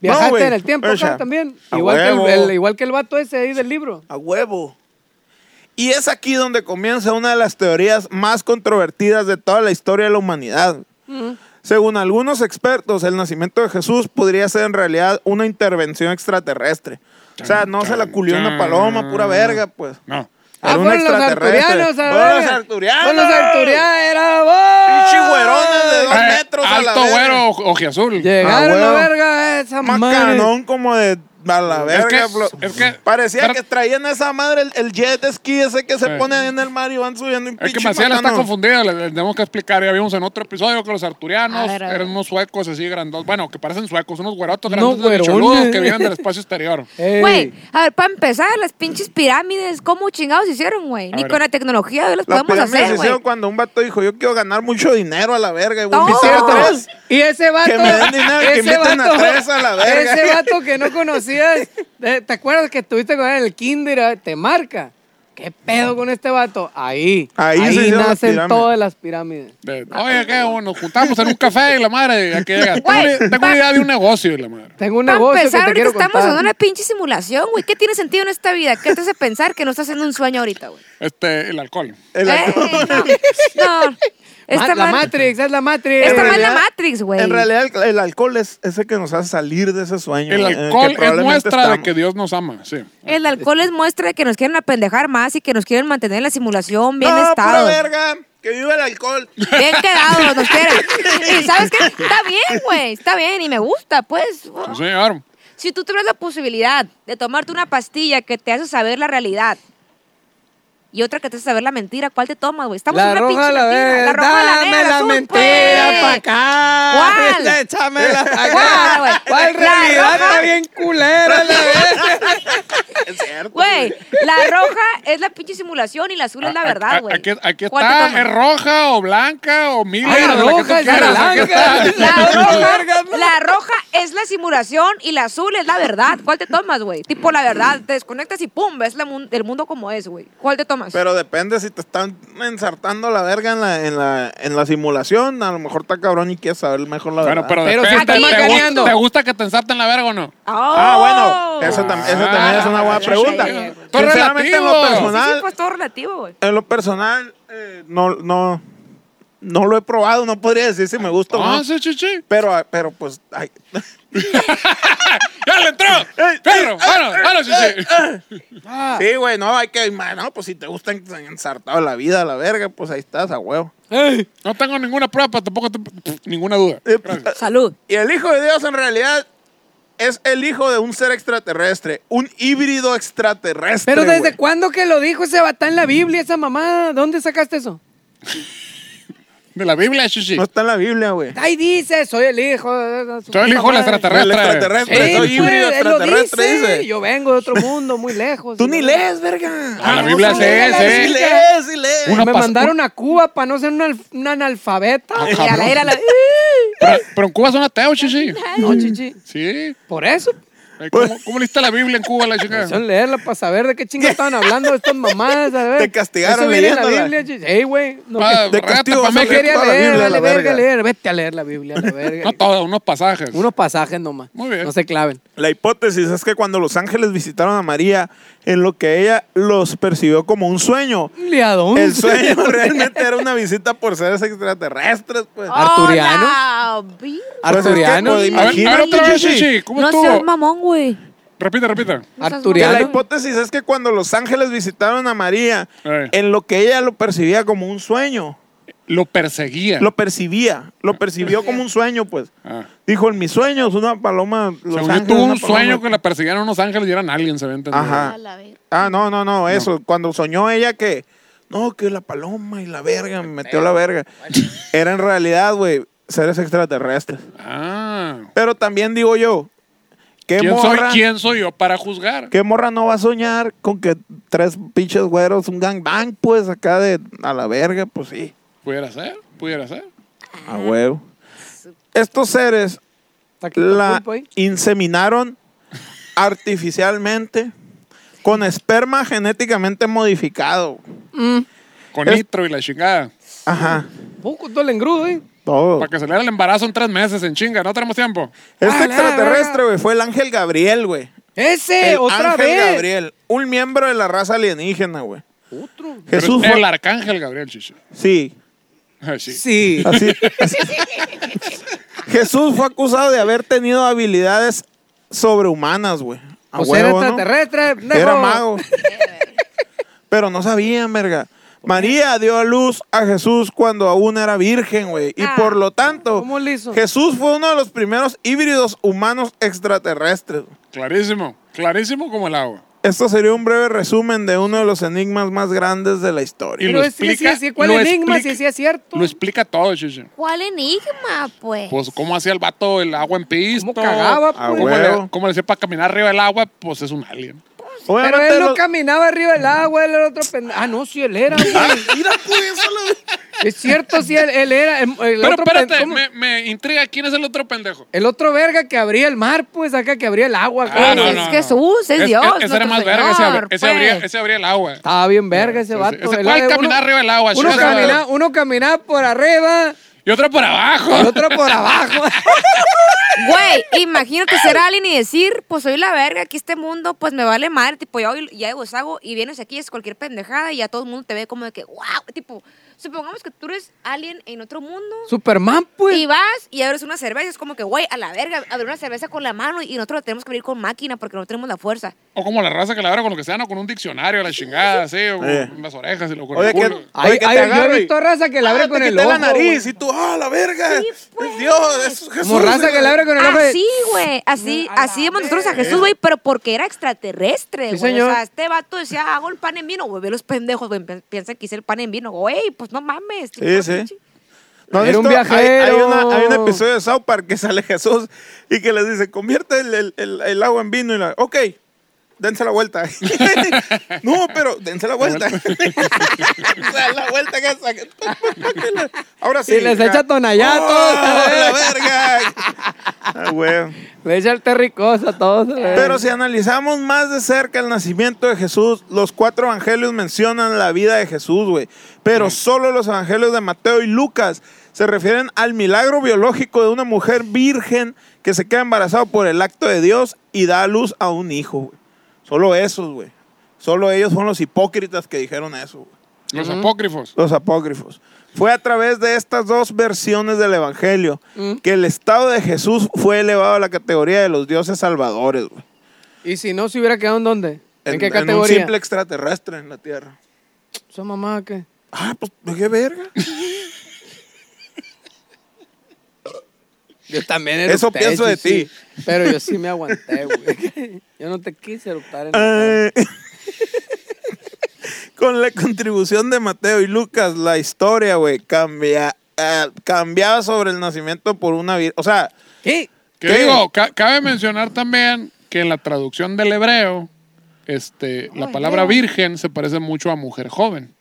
Viajaste
No, güey.
en el tiempo
O
acá
sea,
también.
a
Igual que el,
huevo.
el- igual que el vato ese ahí del libro.
A huevo. Y es aquí donde comienza una de las teorías más controvertidas de toda la historia de la humanidad.
Mm.
Según algunos expertos, el nacimiento de Jesús podría ser en realidad una intervención extraterrestre. O sea, no se la culió una paloma, pura verga, pues.
No.
Ah,
Era un
fueron los
extraterrestre.
arturianos. a la
Fueron los
verga.
arturianos.
Fueron los arturianos. Era vos.
Pinche güerones de dos
Eh,
metros a la
alto
verga.
güero o- ojiazul.
Llegaron la
Ah, huevo.
verga. Esa madre.
Macanón como de a la
Es que-
verga. bro.
es que-
Parecía
pero-
que traían esa madre el, el jet ski ese que se
Sí.
pone ahí en el mar y van subiendo un
Es que
pinche
Maciel está
macanón.
confundida, le, le tenemos que explicar. Ya vimos en otro episodio que los arturianos
A ver, a ver.
eran unos suecos así grandos. Bueno, que parecen suecos, unos güerotos
No,
grandes de bicholudos
güerones.
que vienen del espacio exterior.
Ey.
Güey, a ver, para empezar, las pinches pirámides, ¿cómo chingados hicieron, güey?
A
Ni
ver.
con la tecnología de hoy las
Las
podemos
pirámides se
hacer, güey.
hicieron cuando un vato dijo, yo quiero ganar mucho dinero a la verga. Y voy a
No.
Sí,
invitar a
cierto.
tres.
Y ese vato.
Que me den dinero, que
ese
inviten a tres a la verga.
Ese vato que no conocías. eh, ¿Te acuerdas que estuviste con él en el kinder? eh, Te marca. ¿Qué pedo con este vato? Ahí.
Ahí se hicieron las
nacen
pirámides.
todas las pirámides.
De, Oye, ¿qué? Bueno, nos juntamos en un café y la madre, aquí llega. Tengo,
Güey,
una- tengo una
va-
idea de un negocio y la madre.
Tengo un
Para
negocio que te
empezar, ahorita
quiero
estamos
contar.
en una pinche simulación, güey. ¿Qué tiene sentido en esta vida? ¿Qué te hace pensar que no estás en un sueño ahorita, güey?
Este, el alcohol.
El
Ey,
actor-
no, no.
Ma- la
Esta madre-
Matrix, es la Matrix.
Esta
En
mal la
realidad-
Matrix, güey.
En realidad, el, el alcohol es ese que nos hace salir de ese sueño.
eh,
El
en que
alcohol es
probablemente
muestra de
estamos.
que Dios nos ama, sí.
El alcohol es muestra de que nos quieren apendejar más y que nos quieren mantener en la simulación bien
No, pura
estado.
verga. Que viva el alcohol.
Bien quedados nos quieren. Y sabes qué? Está bien, güey. Está bien y me gusta, pues.
Sí, señor.
Si tú tuvieras la posibilidad de tomarte una pastilla que te hace saber la realidad y otra que te hace saber la mentira, ¿cuál te tomas, güey? Estamos
La
en una
roja
pinche
a la
mentira.
vez.
La roja a la
Dame
negra,
la
azul,
mentira
pues.
pa' acá.
¿Cuál?
Échamela pa'
¿Cuál, güey?
acá. ¿Cuál Ah,
La
realidad
roja.
está bien culera la vez?
Es cierto.
Güey, la roja es la pinche simulación y la azul es la
A- a-
verdad, güey.
Aquí, aquí
¿Cuál te
está,
tomas?
es roja o blanca o mil.
Ah, la roja es la blanca.
La
verga,
roja,
no.
la roja es la simulación y la azul es la verdad. ¿Cuál te tomas, güey? Tipo la verdad, te desconectas y pum, ves la mun- el mundo como es, güey. ¿Cuál te tomas?
Pero depende si te están ensartando la verga en la, en la, en la simulación. A lo mejor está cabrón y quieres saber mejor la
Bueno,
verdad.
pero,
Pero
depende,
si están
¿te gusta-
macaneando.
¿Te gusta que te ensarten la verga o no?
¡Oh!
Ah, bueno, eso, tam- eso
Ah,
también es una buena
ya
pregunta.
sé, ya sé. Todo
Sinceramente, en lo
relativo.
Sí, sí,
personal,
pues todo relativo, güey.
en lo personal eh, no, no, no lo he probado, no podría decir si me gusta o
Ah,
no.
sí, sí, sí.
Pero, ah, pero pues, ay,
¡Ya le entró! ¡Perro! ¡Bueno, bueno, sí, sí!
Ah.
sí, güey, no, hay que, ma, no, pues si te gustan ensartado la vida, la verga, pues ahí estás, a huevo.
Ey.
No tengo ninguna prueba, pero tampoco te- ninguna duda.
Eh,
Gracias.
Salud.
Y el hijo de Dios en realidad es el hijo de un ser extraterrestre, un híbrido extraterrestre.
Pero
güey.
¿desde cuándo que lo dijo ese batán en la Biblia, esa mamá? ¿Dónde sacaste eso?
De la Biblia, sí, sí.
No está en la Biblia, güey.
Ahí dice, soy el hijo. de-
Soy el hijo de la extraterrestre.
El extraterrestre,
Sí,
soy
pues,
híbrido
él lo
extraterrestre,
dice.
dice.
Yo vengo de otro mundo, muy lejos.
Tú
Y
ni
no-
lees, verga.
Ah, la Biblia sí,
sí,
sí.
Sí lees, sí lees.
Una-
Me
pas-
mandaron a Cuba para no ser un, al- un analfabeta.
Ah,
Y a la era la.
Pero, pero en Cuba son ateos, sí, sí.
No, chichi.
Sí.
Por eso.
Eh, ¿Cómo, cómo leíste la Biblia en Cuba, la chica?
Son leerla para saber de qué chingo estaban hablando estas mamadas. a ver.
Te castigaron
Eso viene en la
leyéndola.
Biblia, chichi. Ey, güey. No,
Pa-
De
rata
castigo
pa'
vas a
no
México.
quería
toda la
leer,
Biblia a
dale
la
verga,
verga.
leer. Vete a leer la Biblia, la verga.
No todos, unos pasajes.
Unos pasajes nomás.
Muy bien.
No se claven.
La hipótesis es que cuando los ángeles visitaron a María, en lo que ella los percibió como un sueño,
Liadón.
el sueño realmente era una visita por seres extraterrestres, pues.
Ah, Arturiano.
Hola, vir-
Arturiano.
Pues es que,
A ver, a ver otra vez,
Imagínate,
sí, sí. ¿Cómo
No seas
estuvo?
mamón, güey.
Repite, repite.
No seas
Que la
Arturiano.
hipótesis es que cuando los ángeles visitaron a María,
Eh.
en lo que ella lo percibía como un sueño,
Lo perseguía.
Lo percibía, lo percibió como un sueño, pues.
Ah.
Dijo, en mis sueños, una paloma. Los
Según yo
Ángeles,
tuvo
una
un sueño
paloma".
que la persiguieron unos ángeles y eran aliens, se ve entendido.
Ajá.
A la ver.
Ah, no, no, no, eso. Cuando soñó ella que, no, que la paloma y la verga, me metió la verga. Era en realidad, güey, seres extraterrestres.
Ah.
Pero también digo yo, ¿qué
¿Quién soy,
morra,
¿Quién soy yo para juzgar?
qué morra no va a soñar con que tres pinches güeros, un gangbang, pues, acá de a la verga? Pues sí,
Pudiera ser, pudiera ser.
a huevo. Estos seres
Taquito
la
pulpo ¿eh? ahí.
inseminaron artificialmente con esperma genéticamente modificado.
Con
Es-
nitro y la chingada.
Ajá,
Poco todo el engrudo, ¿eh?
todo.
Para que se le haga el embarazo en tres meses en chinga. No tenemos tiempo.
Este
Ah, la
extraterrestre,
verga.
güey, fue el ángel Gabriel, güey.
¡Ese!
El
¡Otra
ángel
vez!
Gabriel, un miembro de la raza alienígena, güey.
Otro.
Pero
Jesús
El
fue...
arcángel Gabriel, chichi.
Sí,
Ay, sí.
Sí.
así- así. Jesús fue acusado de haber tenido habilidades sobrehumanas, güey. A
O ser
huevo, ¿no?
Pues extraterrestre, pendejo.
Era mago. Pero no sabían, verga. María dio a luz a Jesús cuando aún era virgen, güey. Y
Ah.
por lo tanto,
¿Cómo le hizo?
Jesús fue uno de los primeros híbridos humanos extraterrestres.
Clarísimo, clarísimo como el agua.
Esto sería un breve resumen de uno de los enigmas más grandes de la historia.
Y-
Pero
lo
es- sí,
explica-
sí, sí, ¿cuál
lo
enigma?
explica-
Si sí, es cierto.
Lo explica todo, chichi.
¿Cuál enigma, pues?
Pues cómo hacía el vato el agua en pisto.
¿Cómo cagaba,
Ah,
pues?
¿Cómo le,
Huevo.
cómo le hacía para caminar arriba del agua? Pues es un alien.
Pero
Obviamente
él no
los-
caminaba arriba del agua, él era otro pendejo. Ah, no, sí, él era,
Ah,
güey.
mira, pues, a la-
Es cierto, sí, él, él era. em, El, el
Pero
otro
espérate,
pen- ¿cómo?
me, me intriga quién es el otro pendejo.
El otro verga que abría el mar, pues, acá que abría el agua.
Ah,
acá,
no, e-,
güey.
es Jesús, es Dios,
Ese era
nuestro
más verga, ese,
Señor,
abri- ese
pues.
abría, ese abría el agua.
Estaba bien verga ese
Sí,
vato.
sí. Ese
El
cual
de- uno-
caminar arriba del agua,
Uno
chingada.
caminaba, uno caminaba por arriba,
Y otro por abajo.
el otro por abajo.
Güey, imagínate ser alguien y decir, pues soy la verga, aquí este mundo, pues me vale madre, tipo, yo hoy ya hago hago y vienes aquí, es cualquier pendejada y ya todo el mundo te ve como de que, wow, tipo, supongamos que tú eres alien en otro mundo.
Superman,
Y
pues.
vas y abres una cerveza, es como que, güey, a la verga, abrir una cerveza con la mano y nosotros la tenemos que abrir con máquina porque no tenemos la fuerza.
O como la raza que la abre con lo que sea, no con un diccionario, la chingada, así, o
Eh.
con las orejas y lo con
Oye,
el
que,
culo.
oye,
Ay,
que
ay,
te
yo he
agarre.
visto raza que la abre
Ah, te
con el
quité la
ojo,
nariz
güey.
y tú, ah, la verga.
Sí,
Es
pues.
Dios, es Jesús.
Como raza que la abre con el ojo. de-
Así, güey, así,
Mm, A la
así vemos nosotros a
verga.
Jesús, güey, pero porque era extraterrestre,
Sí,
güey. o
señor.
sea, este vato decía, hago el pan en vino, güey, ve los pendejos, güey, pi- piensan que hice el pan en vino, güey, pues no mames. tipo,
Sí, sí.
pinche-
¿No has
Era un
visto? Hay- Hay,
viajero.
una- hay un episodio de South Park que sale Jesús y que les dice, convierte el, el- el- el agua en vino y la... Ok, dense la vuelta. no, pero dense la vuelta. O sea, la vuelta que saca. Ahora sí. Oh,
Y les echa tonallá a todos, a la
la verga! Ah, güey.
Le echa el terricoso a todos. güey.
Pero si analizamos más de cerca el nacimiento de Jesús, los cuatro evangelios mencionan la vida de Jesús, güey. Pero solo los evangelios de Mateo y Lucas se refieren al milagro biológico de una mujer virgen que se queda embarazada por el acto de Dios y da a luz a un hijo, güey. Solo esos, güey. Solo ellos son los hipócritas que dijeron eso, güey.
Los apócrifos.
Los apócrifos. Fue a través de estas dos versiones del Evangelio que el estado de Jesús fue elevado a la categoría de los dioses salvadores, güey.
Y si no, se hubiera quedado en dónde? ¿En, qué
un
categoría?
simple extraterrestre en la Tierra.
¿Esa mamá qué?
Ah, pues, qué verga.
Yo también eructé,
Eso pienso de
sí,
ti.
sí. Pero yo sí me aguanté, güey. Yo no te quise eruptar en la
Eh, Con la contribución de Mateo y Lucas, la historia, güey, cambia, ah, cambiaba sobre el nacimiento por una vida. O sea,
¿Qué?
Que
¿Qué?
digo, ca- cabe mencionar también que en la traducción del hebreo, este, la palabra virgen se parece mucho a mujer joven.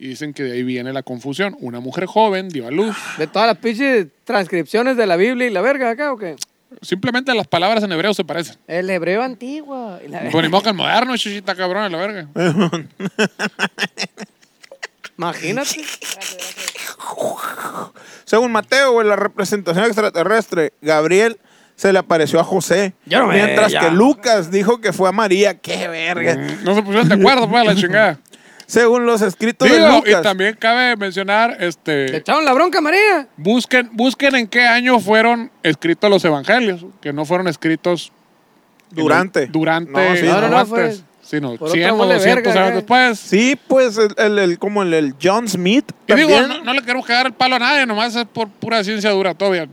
Y dicen que de ahí viene la confusión. Una mujer joven dio a luz.
¿De todas las pinches transcripciones de la Biblia y la verga acá o qué?
Simplemente las palabras en hebreo se parecen.
El hebreo antiguo. y
Eh.
la verga.
Ponemos que el moderno, chichita cabrón, a la verga.
Imagínate.
según Mateo, güey, la representación extraterrestre, Gabriel se le apareció a José.
Yo no me-
mientras
ya.
que Lucas dijo que fue a María. ¡Qué
Mm.
verga!
No se pusieron de acuerdo, pues, a la chingada.
Según los escritos de
Digo, y
Lucas.
también cabe mencionar,
¿Te
este,
echaron la bronca, María?
busquen, busquen en qué año fueron escritos los evangelios, que no fueron escritos en el-
Durante.
durante.
No, sí,
No, no, no,
antes.
fue-
Sí, no,
pues, Por
100
otra
o
vale
200
verga,
años
¿eh?
después.
Sí, pues, el, el- el- como el, el John Smith.
Y digo,
también,
no, no le queremos cagar el palo a nadie, nomás es por pura ciencia dura todavía.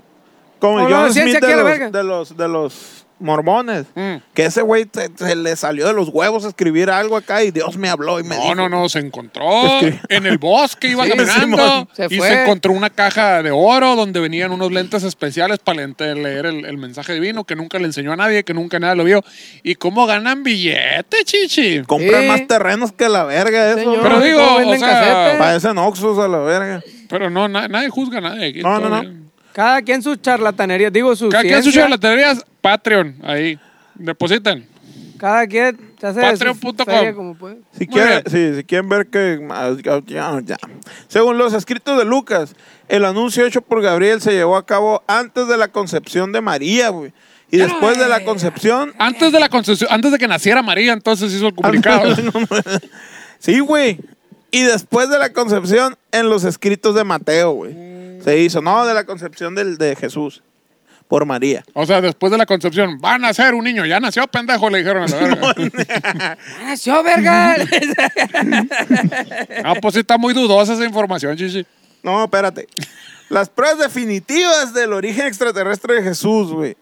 Como el
Hola,
John
ciencia
Smith
aquí
de
a la
los,
verga.
de los, de los mormones.
Mm.
Que ese güey se, se le salió de los huevos escribir algo acá y Dios me habló y me dijo.
No, no, no, se encontró
Escribió.
en el bosque, iba
Sí,
caminando
Simón. Se
y
fue.
se encontró una caja de oro donde venían unos lentes especiales para lente- leer el, el mensaje divino que nunca le enseñó a nadie, que nunca nadie lo vio. ¿Y cómo ganan billetes, chichi?
Compran
Sí.
más terrenos que la verga eso.
Señor.
Pero
No,
digo,
no
o
venden
sea,
casetes.
Parecen oxos a la verga.
pero no, na- nadie juzga a nadie. aquí,
No,
todo
no, no.
bien.
Cada quien sus charlatanerías, digo sus
Cada quien
ciencia,
suyo las teorías, Patreon, ahí. Depositen.
Cada quien se hace su
Patreon.com.
feria como puede.
Si
Muy
quieren,
bien.
sí, si quieren ver que... ah, ya, ya. Según los escritos de Lucas, el anuncio hecho por Gabriel se llevó a cabo antes de la concepción de María, güey. Y después de la concepción...
Antes de la concepción, antes de que naciera María, entonces hizo el comunicado.
Sí, güey. Y después de la concepción en los escritos de Mateo, güey. Se hizo, no, de la concepción del, de Jesús por María.
o sea, después de la concepción, van a ser un niño, ya nació pendejo, le dijeron a la verga.
¡Ah, yo, verga!
Ah, pues sí está muy dudosa esa información, Chichi.
No, espérate. Las pruebas definitivas del origen extraterrestre de Jesús, güey.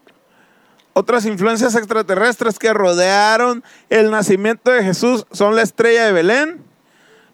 Otras influencias extraterrestres que rodearon el nacimiento de Jesús son la estrella de Belén,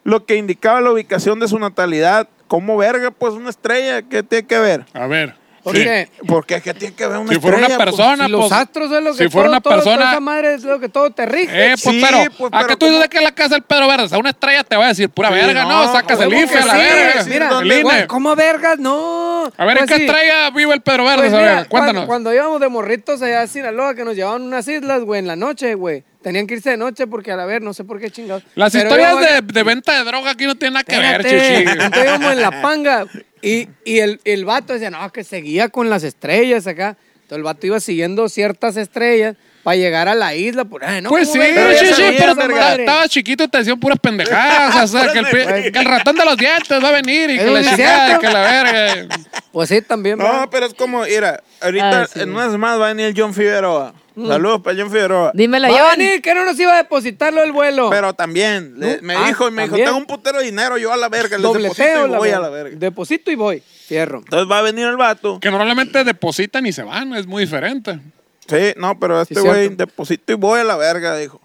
lo que indicaba la ubicación de su natalidad. ¿Cómo verga? Pues una estrella, ¿qué tiene que ver?
A ver.
¿Por
Sí. Eh,
qué?
¿Por qué? ¿Qué tiene que ver una
Si fuera
estrella?
una
pues?
persona,
Si los
pues,
astros es lo que
si fuera
todo-
una
todo-
persona-
toda esa madre es lo que todo te rige.
Eh, pues
Sí,
pero,
pues,
¿a
pero
qué tú
¿cómo?
dices que es la casa del Pedro Vergas? A una estrella te va a decir, pura
Sí,
verga, no,
no,
sacas pues, el
huevo
IFE a
que
la
sí,
verga.
sí,
Mira,
el INE.
güey, ¿cómo vergas? No.
A ver, ¿en
Pues
qué
sí.
estrella vive el Pedro Vergas?
Pues
a
mira,
ver,
cuan-
cuéntanos.
Cuando, íbamos de morritos allá a Sinaloa, que nos llevaban a unas islas, güey, en la noche, güey. Tenían que irse de noche porque a la ver, no sé por qué chingados.
Las
Pero
historias
íbamos-
de, de venta de droga aquí no tienen nada que
Espérate,
ver, Chichi.
entonces íbamos en la panga y, y el, el vato decía, no, que seguía con las estrellas acá. Entonces el vato iba siguiendo ciertas estrellas para llegar a la isla. Por, "Ay, no,
Pues sí,
¿cómo ves?
sí,
ya
sí,
sabía
pero
Esa
ta-
madre.
estabas chiquito y te decían puras pendejadas. o sea, que el, pe- que el ratón de los dientes va a venir y que
Eso
la
es
chingada, y
cierto.
que la verga.
Pues sí, también.
No,
¿verdad?
pero es como, mira, ahorita
Ah, sí.
en unas más va a venir el John Figueroa.
Mm.
Saludos para John Figueroa.
Dímelo,
Va a
John.
venir, que no nos iba a depositarlo el vuelo.
Pero también, le-
No,
me
ah,
dijo, y me dijo,
también.
tengo un putero de dinero, yo a la verga, les deposito
Dobleteo,
y voy
la
a la verga.
Deposito y voy. Fierro.
Entonces va a venir el vato.
Que normalmente depositan y se van, es muy diferente.
Sí, no, pero este
Sí,
güey
cierto.
deposito y voy a la verga, dijo.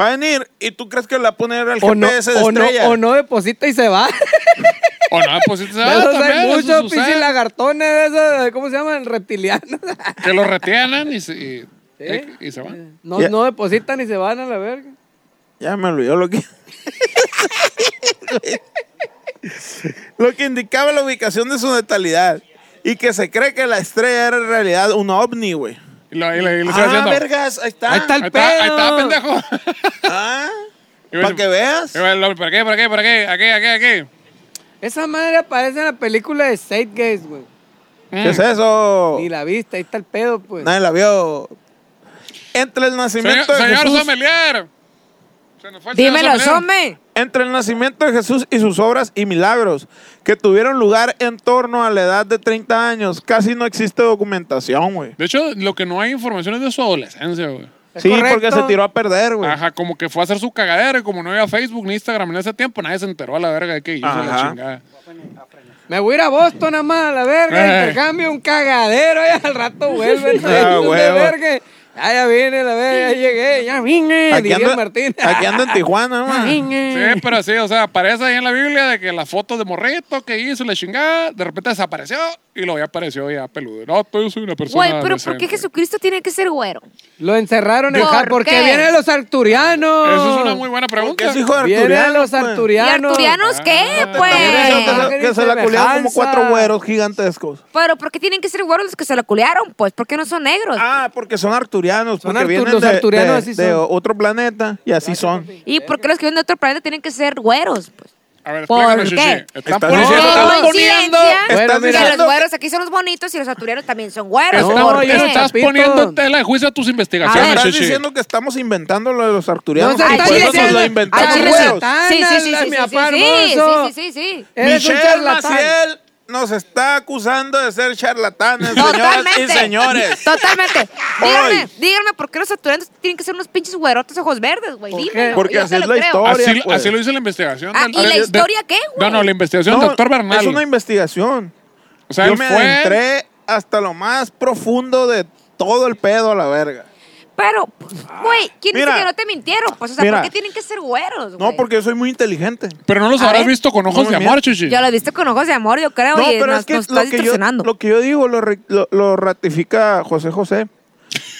Va a venir y tú crees que le va a poner el
O no,
GPS de
o, no,
estrella.
o no deposita y se va.
O no, depositan y se
De
van
esos
también.
hay
eso
muchos
sucede.
pinches lagartones de esos, ¿cómo se llaman? Reptilianos.
Que los retienen y se, y,
Sí.
y se van.
No,
Ya.
no depositan y se van a la verga.
Ya me olvidó lo que. lo que indicaba la ubicación de su natalidad. Y que se cree que la estrella era en realidad un ovni, güey.
Y lo, y lo- y lo siguen
Ah,
haciendo.
vergas, ahí está.
Ahí está el
Ahí está, ahí
pedo.
está, pendejo.
Ah,
Y
para que veas.
y bueno, ¿Para qué? ¿Para qué? ¿Para qué? ¿Aquí? ¿Aquí? ¿Aquí?
Esa madre aparece en la película de State Gates, güey.
Mm.
¿Qué es eso?
Ni la viste, ahí está el pedo, pues.
Nadie la vio. Entre el
Señor,
nacimiento de
señor
Jesús.
sommelier. Se nos fue el señor
Dímelo,
sommelier.
Some.
Entre el nacimiento de Jesús y sus obras y milagros, que tuvieron lugar en torno a la edad de 30 años, casi no existe documentación, güey.
De hecho, lo que no hay información es de su adolescencia, güey.
Es
Sí,
correcto.
porque se tiró a perder, güey.
Ajá, como que fue a hacer su cagadero y como no había Facebook ni Instagram en ese tiempo, nadie se enteró a la verga de que hizo la
Ajá.
chingada.
Me voy a ir a Boston nada más, a la verga,
Eh.
intercambio, un cagadero, y al rato vuelven.
Ah,
la
huevo.
verga. Ya, ya vine, la verga, ya llegué, ya vine,
Aquí
diría el
anda,
Martín.
aquí anda en Tijuana, güey.
Mm.
Sí, pero sí, o sea, aparece ahí en la Biblia de que las fotos de morrito que hizo la chingada, de repente desapareció y luego ya apareció ya peludo. No, pues yo soy una persona.
Güey, pero ¿por qué
decente.
Jesucristo tiene que ser güero?
Lo encerraron en
¿Por
Jal- porque
qué?
vienen los arturianos.
Eso es una muy pues. buena
Porque
pregunta.
es hijo de
Vienen
Arturiano.
los
güey.
¿Y
arturianos.
arturianos qué,
También eso,
pues?
que se- Que se la culiaron como cuatro güeros gigantescos.
Pero ¿por qué tienen que ser güeros los que se la culearon, pues? ¿Por qué no son negros?
Ah, porque son arturianos,
Son
porque
artu-
vienen
los
de,
arturianos
de-
así
de
son.
otro planeta y así son.
¿Y por qué los que vienen de otro planeta tienen que ser güeros? Pues?
A ver,
¿Por
explícanos,
qué?
Shishi. Están
Estás
poniendo-
diciendo-
están
Por
poniendo-
coincidencia,
Bueno,
Estás
que
mira.
los
diciendo
güeros aquí son los bonitos y los asturianos también son güeros.
están-
No,
¿Por
yo no
qué?
Estás
Chapito.
poniendo en tela de juicio tus
A ver.
investigaciones,
Estás
Shishi.
diciendo que estamos inventando lo de los arturianos.
No se
y
Al
está
por eso nos
diciendo-
lo
al
inventamos
al
chile
güeros.
sí.
Sí, sí, sí, sí,
Tan,
sí, sí,
mi apá
sí,
hermoso.
sí, sí, sí, sí.
Eres un
Michelle
charlatán.
Maciel nos está acusando de ser charlatanes, señoras
Totalmente.
y señores.
Totalmente.
Hoy.
Díganme, díganme por qué los atuendos tienen que ser unos pinches güerotes ojos verdes, güey.
¿Por qué?
Dímelo,
Porque
yo
así
te
es
lo
la
creo.
historia.
Así,
pues.
así lo dice la investigación.
Ah,
del-
¿y la
de-
historia qué, güey?
No, no, la investigación del doctor Bernal.
Es una investigación.
o sea,
Yo
él
me
fue...
adentré hasta lo más profundo de todo el pedo a la verga.
Pero, güey, ¿quién
Mira.
dice que no te mintieron? Pues, o sea,
Mira.
¿por qué tienen que ser güeros, güey?
No, porque yo soy muy inteligente.
Pero no los
A
habrás
ver.
visto con ojos
No
de
me
amor,
mientas.
Chuchi.
Ya lo viste con ojos de amor, yo creo,
No,
y
pero
nos,
es que,
nos
lo
estás
que, yo,
distorsionando.
lo que yo digo lo, re- lo- lo ratifica José José.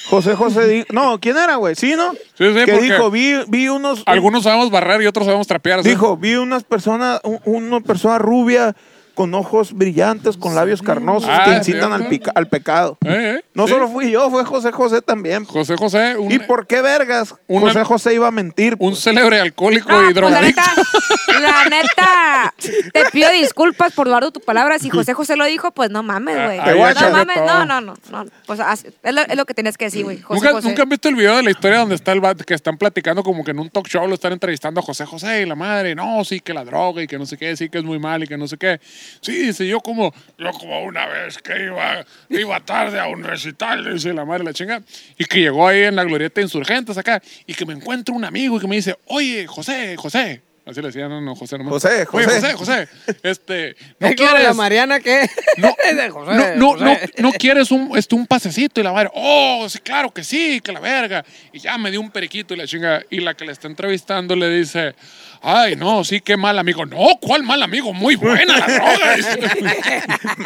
José José di- No, ¿quién era, güey? ¿Sí, no?
Sí, sí,
que
porque-
dijo, vi, vi unos...
Algunos sabemos barrer y otros sabemos trapear. ¿sí?
Dijo, vi unas personas, un- una persona rubia con ojos brillantes, con labios carnosos
Ah,
que incitan
¿cierto?
al, pica- al pecado.
Eh, eh,
No
sí.
solo fui yo, fue José José también.
José José, un,
¿Y por qué vergas
una-
José José iba a mentir?
un
pues?
célebre alcohólico
No,
y
pues, la
drogadicto.
neta, la neta, te pido disculpas por Eduardo tu palabra. Si José José lo dijo, pues no mames, güey.
Ah, ahí
va a echar
No
de
mames,
todo.
no, no, no. no. Pues, así- es, lo, es lo que tenías que decir, güey. José
¿Nunca,
José.
nunca han visto el video de la historia donde está el vato que están platicando como que en un talk show lo están entrevistando a José José y la madre? No, sí, que la droga y que no sé qué, sí, que es muy mal y que no sé qué. Sí, dice yo como, yo como una vez que iba, iba tarde a un recital, dice la madre la chinga, y que llegó ahí en la glorieta de Insurgentes acá y que me encuentro un amigo y que me dice, oye, José, José. Así le decían, no, no, José nomás.
José,
Oye,
José.
José, José, este, no
¿No
quieres...
¿La Mariana qué?
No,
De José,
no, no,
José.
no, no quieres un, este, un pasecito y la madre, oh, sí, claro que sí, que la verga. Y ya me dio un periquito y la chinga. Y la que le está entrevistando le dice, ay, no, sí, qué mal amigo. No, ¿cuál mal amigo? Muy buena la droga. Dice,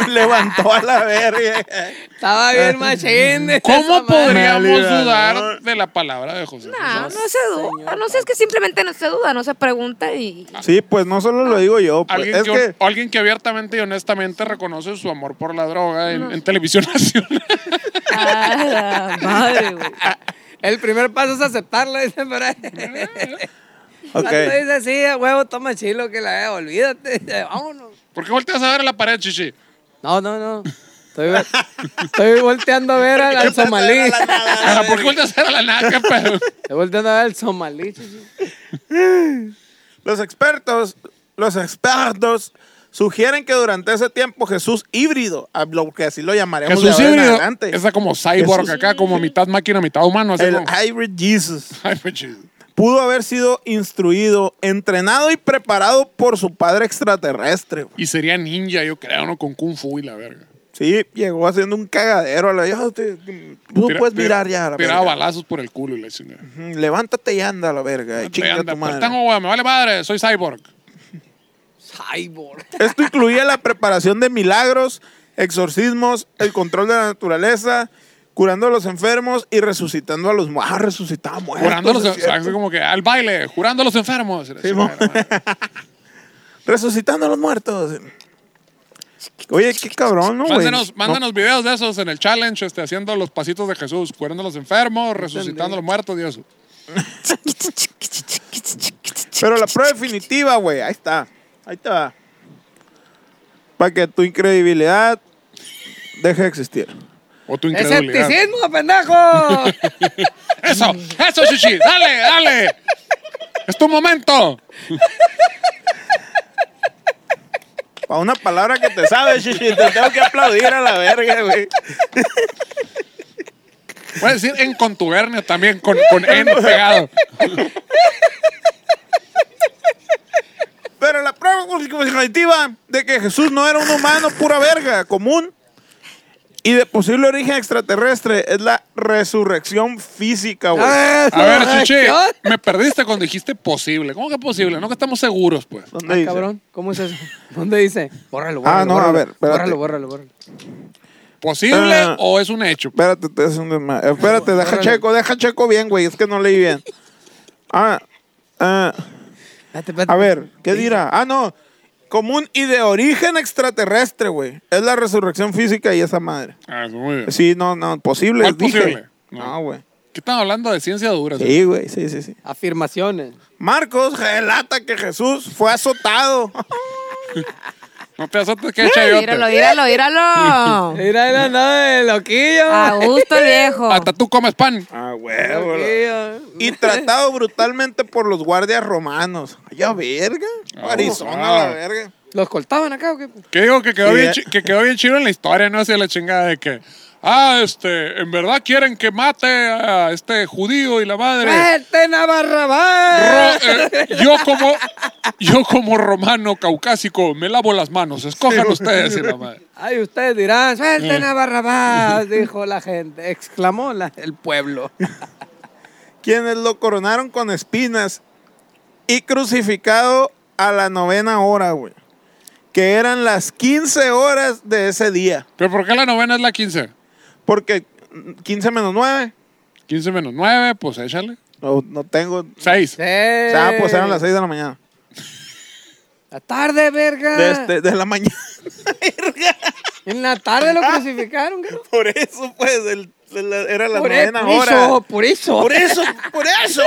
Me levantó a la verga.
Estaba bien machín. de esa
¿Cómo
madre.
podríamos
Válida,
dudar de la palabra de José?
No, no se duda. No sé, es que simplemente no se duda, no se pregunta y.
Sí, pues no solo lo digo yo. pues,
Alguien,
Es
que,
que
alguien que abiertamente y honestamente reconoce su amor por la droga en, en televisión nacional.
Ah, madre, güey.
El primer paso es aceptarla, dice por ahí.
Ok.
Cuando dice sí, a huevo, toma chilo, que la olvídate. Vámonos.
¿Por qué volteas a ver a la pared, chichi?
No, no, no. Estoy, estoy volteando a ver al, al somalí.
Ah, ¿Por qué volteas a ver a la naca, pero?
Estoy volteando a ver al somalí. chichi.
Los expertos, los expertos sugieren que durante ese tiempo Jesús híbrido, a lo que así lo llamaremos
Jesús
de ahora en
híbrido.
adelante,
Esa como cyborg
Jesús
acá, como mitad máquina, mitad humano. Así
el
como-
hybrid Jesus,
Ay, pues, chido.
pudo haber sido instruido, entrenado y preparado por su padre extraterrestre. güey.
y sería ninja, yo creo, ¿no? Con Kung Fu y la verga.
Sí, llegó haciendo un cagadero a la "Ya, te- Tú
Tira-
puedes
tira-
mirar ya a la
Tiraba
verga.
balazos por el culo y la chingada.
Mm, Levántate y anda a la verga. y chinga
Anda,
tu madre. Pues,
"Pues, tengo, güey, me vale madre, soy cyborg.
Cyborg.
Esto incluía la preparación de milagros, exorcismos, el control de la naturaleza, curando a los enfermos y resucitando a los muertos. Ah, resucitaba muertos.
Jurando a los
pues, es
o sea,
cierto.
así como que al baile, jurando a los enfermos. Y la
Sí,
chingada,
mo.
la madre.
Resucitando a los muertos. Oye, qué cabrón, ¿no, güey?
mándanos
No,
mándanos videos de esos en el challenge, este, haciendo los pasitos de Jesús, curando a los enfermos, resucitando a los muertos y eso.
pero la prueba definitiva, güey, ahí está. Ahí está. Para que tu incredibilidad deje de existir.
O tu incredulidad.
¡Escepticismo, pendejo!
Eso, eso, Chichi, dale, dale. Es tu momento.
Para una palabra que te sabes, chichi, te tengo que aplaudir a la verga, güey.
Puedes decir en contubernio también, con, con N pegado.
Pero la prueba cognitiva de que Jesús no era un humano pura verga, común, y de posible origen extraterrestre es la resurrección física, güey.
Ah,
A ver,
ay,
Chichi,
Dios.
me perdiste cuando dijiste posible. ¿Cómo que posible? No que estamos seguros, pues.
¿Dónde
Ah,
dice?
cabrón, ¿cómo es eso? ¿Dónde dice? Bórralo, bórralo.
Ah, no, a
bórralo,
ver, espérate.
Bórralo, bórralo, bórralo.
¿Posible
Ah.
o es un hecho?
Espérate, te hace un desma- eh, Espérate, deja
Órale.
checo, deja checo bien, güey. Es que no leí bien. Ah, ah,
Espérate, espérate.
a ver, ¿qué dirá? Ah, no. Común y de origen extraterrestre, güey. Es la resurrección física y esa madre.
Ah, eso muy bien.
Sí, no, no, posible.
¿Cuál
dije.
posible? No.
No, güey.
¿Qué están hablando de ciencia dura?
Sí, güey, sí, sí, sí.
Afirmaciones.
Marcos relata que Jesús fue azotado.
No te azotes que es
Míralo,
chayote.
míralo, míralo.
Mira, mira, no, de loquillo.
A gusto el viejo.
Hasta tú comes pan.
Ah,
Loquillo.
Y tratado brutalmente por los guardias romanos. Ay, Ya verga.
Ah,
Arizona,
wow.
la verga.
¿Los cortaban acá o qué?
Que digo que quedó,
Sí,
bien,
eh.
chi- que quedó bien chido en la historia, ¿no? Hacia la chingada de que, ah, este, en verdad quieren que mate a este judío y la madre.
¡Vete, Navarrabás!
Ro- eh, yo como yo como romano caucásico me lavo las manos, escojan ustedes y la madre.
Ay, ustedes dirán,
Mm.
suelten a Barrabás, dijo la gente, exclamó la- el pueblo.
Quienes lo coronaron con espinas y crucificado a la novena hora, güey. Que eran las 15 horas de ese día.
Pero ¿por qué la novena es la 15?
Porque mm, 15 menos 9.
15 menos 9, pues échale.
No, no tengo.
6.
Sí.
O sea, pues eran las 6 de la mañana.
La tarde, verga.
De, este- de la mañana.
En la tarde
Ah.
lo crucificaron, ¿qué?
Por eso, pues, el- el- era la
Por,
novena
por
hora.
eso, por eso.
Por eso, por eso.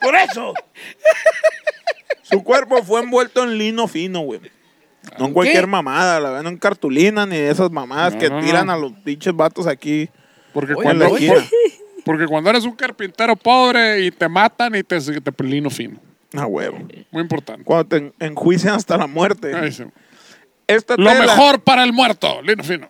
Por eso. Su cuerpo fue envuelto en lino fino, güey. No en cualquier mamada, la verdad, no en cartulina ni esas mamadas
No,
que
no,
tiran
no.
a los pinches vatos aquí.
Porque
Oye,
cuando,
oye.
por- porque cuando eres un carpintero pobre y te matan y te, te pelino fino.
A Ah, huevo.
Muy importante.
Cuando te en- enjuician hasta la muerte.
Ahí sí.
Esta
Lo
tela,
mejor para el muerto, lino fino.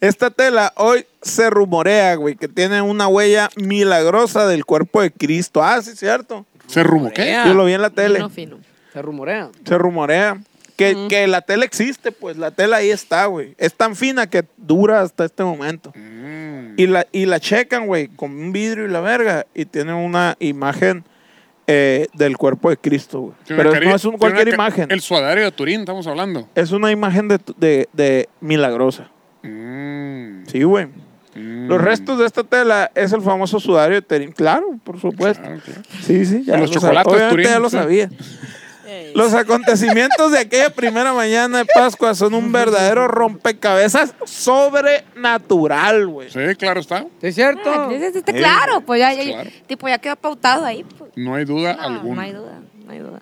Esta tela hoy se rumorea, güey, que tiene una huella milagrosa del cuerpo de Cristo. Ah, sí, cierto.
Se rumbo, ¿qué?
Rumorea.
Yo lo vi en la tele.
No, fino.
Se rumorea.
Se rumorea. Que, que la tela existe, pues la tela ahí está, güey. Es tan fina que dura hasta este momento.
Mm.
Y, la, y la checan, güey, con un vidrio y la verga. Y tienen una imagen eh, del cuerpo de Cristo, güey.
Tiene
Pero
una cari-
no es un-
tiene
cualquier
una ca-
imagen.
El suadario de Turín, estamos hablando.
Es una imagen de, de- de milagrosa.
Mm,
Sí, güey.
mm.
Los restos de esta tela es el famoso sudario de Terín. Claro, por supuesto.
Claro, claro.
Sí, sí, ya
Los
lo sab-
chocolates
obviamente
Turín,
ya lo
sí.
sabía. Los acontecimientos de aquella primera mañana de Pascua son un verdadero rompecabezas sobrenatural, güey.
Sí, claro está.
¿Sí ¿Es cierto?
Ah, entonces,
Eh,
está claro, pues ya, ya-
Claro.
tipo, ya quedó pautado ahí. pues.
No hay duda
Ah,
No,
alguna.
no hay duda, no hay duda.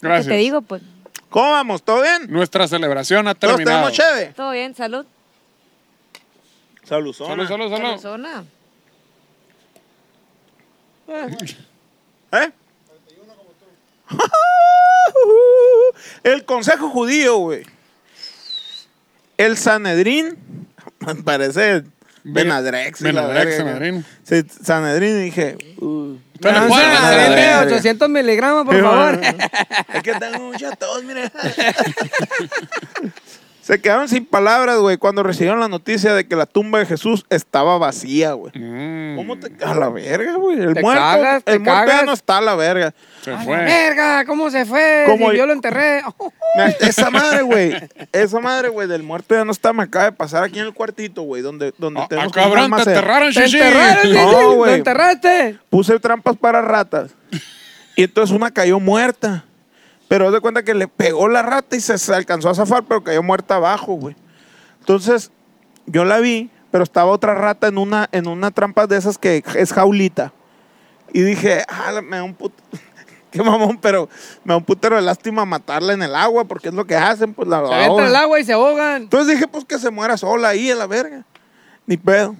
¿Qué
Gracias.
te digo, pues?
¿Cómo vamos? ¿Todo bien?
Nuestra celebración ha
¿Todos
terminado.
tenemos chévere?
Todo bien, salud.
Saluzona.
Salud, salud,
Pues,
salud.
Persona.
Ah.
¿Eh? El consejo judío, güey. El Sanedrín. Parece Benadrex. y la
Benadrex,
verga.
Sanedrín.
Sí, Sanedrín y dije. uh.
Ustedes
Ah,
pueden
sí,
hacer
la
la
de
verga.
800 miligramos, por
Sí,
favor.
bueno. Es que tengo mucha tos, mire. Se quedaron sin palabras, güey, cuando recibieron la noticia de que la tumba de Jesús estaba vacía, güey.
Mm,
¿Cómo te a la verga, güey? El
Te
muerto,
cagas, te
el muerto ya
cagas.
no está a la verga.
se
A la
fue.
Verga, ¿cómo se fue?
Como-
Si yo lo enterré.
Me- Esa madre, güey. Esa madre, güey, del muerto ya no está. Me acaba de pasar aquí en el cuartito, güey, donde, donde
Ah, ah,
tenemos que
cabrón, te
almacén.
enterraron,
¡Te
Shishi.
enterraron,
No,
Gigi, ¡Lo
güey.
enterraste!
Puse trampas para ratas. Y entonces una cayó muerta. Pero haz de cuenta que le pegó la rata y se, se alcanzó a zafar, pero cayó muerta abajo, güey. Entonces, yo la vi, pero estaba otra rata en una, en una trampa de esas que es jaulita. Y dije, ah, la- me da un puto. Qué mamón, pero me da un putero de lástima matarla en el agua, porque es lo que hacen, pues la
Se avientan
ahogan.
al agua y se ahogan.
Entonces dije, pues que se muera sola ahí a la verga. Ni pedo.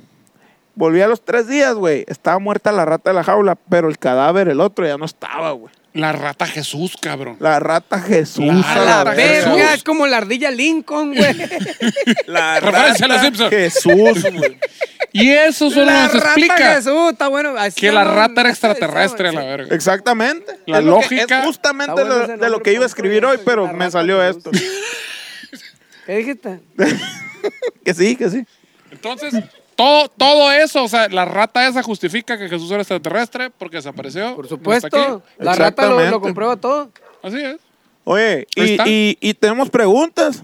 Volví a los tres días, güey. Estaba muerta la rata de la jaula, pero el cadáver, el otro, ya no estaba, güey.
La rata Jesús, cabrón.
La rata Jesús.
La
A la
Jesús.
verga, es como la ardilla Lincoln, güey.
La
Referencia a los
rata
Simpson.
Jesús, güey.
Y eso solo
la
nos explica
rata Jesús, está bueno. así
que la
llama-
rata era extraterrestre, a
Sí.
la verga.
Exactamente.
La
Es lo que-
lógica.
es justamente
Está bueno
lo-
ese
de lo
nombre,
que iba a
por
escribir hoy,
supuesto,
pero
la
me
rata
salió
Jesús.
esto.
¿Qué dijiste?
que sí, que sí.
Entonces, todo, todo eso, o sea, la rata esa justifica que Jesús era extraterrestre porque desapareció.
Por
no está
supuesto,
aquí.
la rata lo,
Exactamente.
lo comprueba todo.
Así es.
Oye,
Ahí
y,
está.
y- y tenemos preguntas.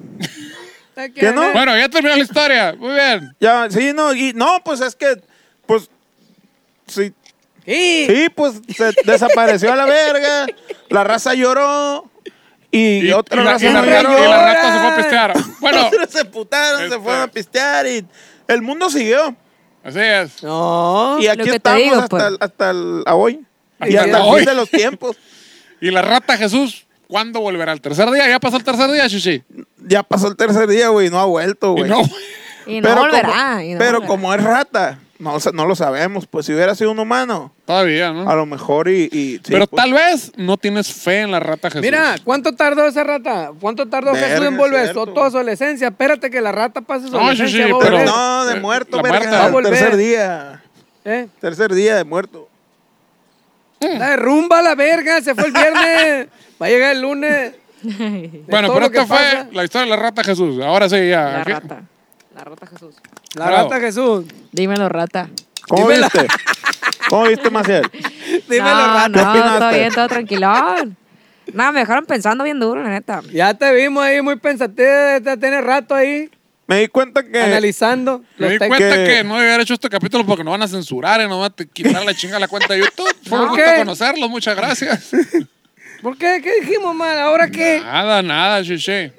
¿Qué
no?
Bueno, ya terminó la historia. Muy bien.
Ya, sí, no, y no, pues es que, pues, sí,
Sí.
Sí, pues se desapareció a la verga. La raza lloró. Y,
Y,
otra
y la,
raza
y la
no
rata,
lloró.
y la rata se fue a pistear. Bueno,
Otros se putaron,
Este.
se fueron a pistear y el mundo siguió.
así es.
No.
Y aquí
que te
estamos
digo,
hasta,
pues.
el- hasta el- a hoy.
Hasta
y hasta
el
el
hoy.
fin de los tiempos.
Y la rata Jesús, ¿cuándo volverá? ¿El tercer día? ¿Ya pasó el tercer día, Shishi?
Ya pasó el tercer día, güey, no ha vuelto,
Y
güey.
no.
Y no
Pero
volverá.
como-
y no
pero
volverá.
como es rata, No, o sea, no lo sabemos. Pues si hubiera sido un humano,
Todavía, ¿no?
a lo mejor y... y- sí,
Pero
pues,
tal vez no tienes fe en la rata Jesús.
Mira, ¿cuánto tardó esa rata? ¿Cuánto tardó
Verga,
Jesús en volver
cierto.
to- toda su adolescencia? Espérate que la rata pase su
No, sí,
adolescencia.
sí,
va a
pero-
Pero
volver.
no, de
Eh,
muerto,
la
verga.
muerta. Va a
volver.
Tercer día.
¿Eh?
Tercer día de muerto.
La derrumba la verga, se fue el viernes. Va a llegar el lunes.
bueno,
todo
pero
lo que
esta fue
pasa.
la historia de la rata Jesús. Ahora sí, ya.
Ah,
La
Aquí-
rata. La rata Jesús.
La
Bravo.
rata Jesús.
Dímelo, rata.
¿Cómo
Dímela.
viste? ¿Cómo viste, Maciel?
Dímelo,
no,
rata.
¿Qué
No,
opinaste?
todo bien, todo tranquilón. No, me dejaron pensando bien duro, la neta.
Ya te vimos ahí muy pensativa, ya tienes rato ahí
Me di cuenta que...
analizando
Me
los
di
textos.
cuenta
que-
que no debía haber hecho este capítulo porque nos van a censurar y nos van a te- quitar la chinga la cuenta de YouTube. Fue un
¿No?
gusto
¿Qué?
conocerlos, muchas gracias.
¿Por qué? ¿Qué dijimos mal? ¿Ahora qué?
nada, nada, chiche.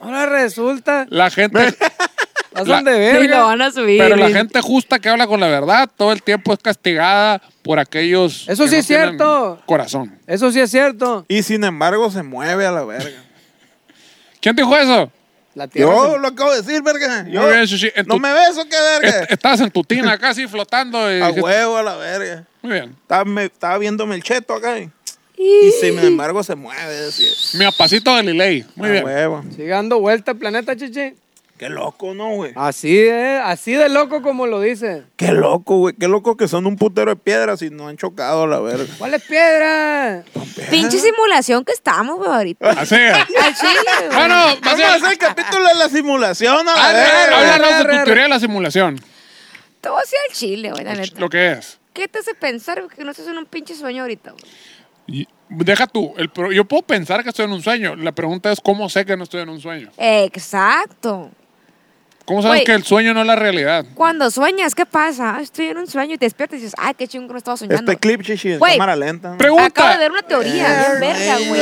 Ahora resulta.
La gente,
Pasan
La-
de
Y lo
verga.
van a subir.
pero la
y-
gente justa que habla con la verdad todo el tiempo es castigada por aquellos.
Eso
que
sí
no
es cierto.
tienen Corazón.
Eso sí es cierto.
Y sin embargo se mueve a la verga.
¿Quién dijo eso?
La tierra.
Yo
se-
lo acabo de decir, verga. Yo-
Muy bien, Shishi. En
¿No
tu-
me ves o qué verga?
Est- Estabas en tu tina casi flotando. Y
A
este, dijiste-
huevo a la verga.
Muy bien.
Estaba, me- estaba viéndome el cheto acá. Y, y sin embargo se mueve. así.
Mi apacito de Liley. Muy
a
bien.
huevo.
Sigue dando vuelta el planeta, chichi.
Qué loco, ¿no, güey?
Así es, así de loco como lo dice.
Qué loco, güey. Qué loco que son un putero de piedras y no han chocado a la verga.
¿Cuál es piedra?
Pinche simulación que estamos, güey, ahorita.
Así es.
Al chile, güey.
Bueno,
Vamos a hacer el capítulo de la simulación a la verga.
Háblanos
arre,
de tu
arre.
teoría de la simulación.
Te voy a decir al chile, güey, la neta.
Lo que es.
¿Qué te hace pensar güey, que no estás en un pinche sueño ahorita, güey?
Y- Deja tú, el pro- yo puedo pensar que estoy en un sueño. La pregunta es cómo sé que no estoy en un sueño.
Exacto.
¿Cómo sabes
Oye.
que el sueño no es la realidad?
Cuando sueñas, ¿qué pasa? Ah, Estoy en un sueño y te despiertas y dices, ay, qué chingón estaba soñando.
Este clip, chichi, en
Güey.
cámara lenta. ¿no?
Acabo de
Pregunta.
ver una teoría bien verga, güey,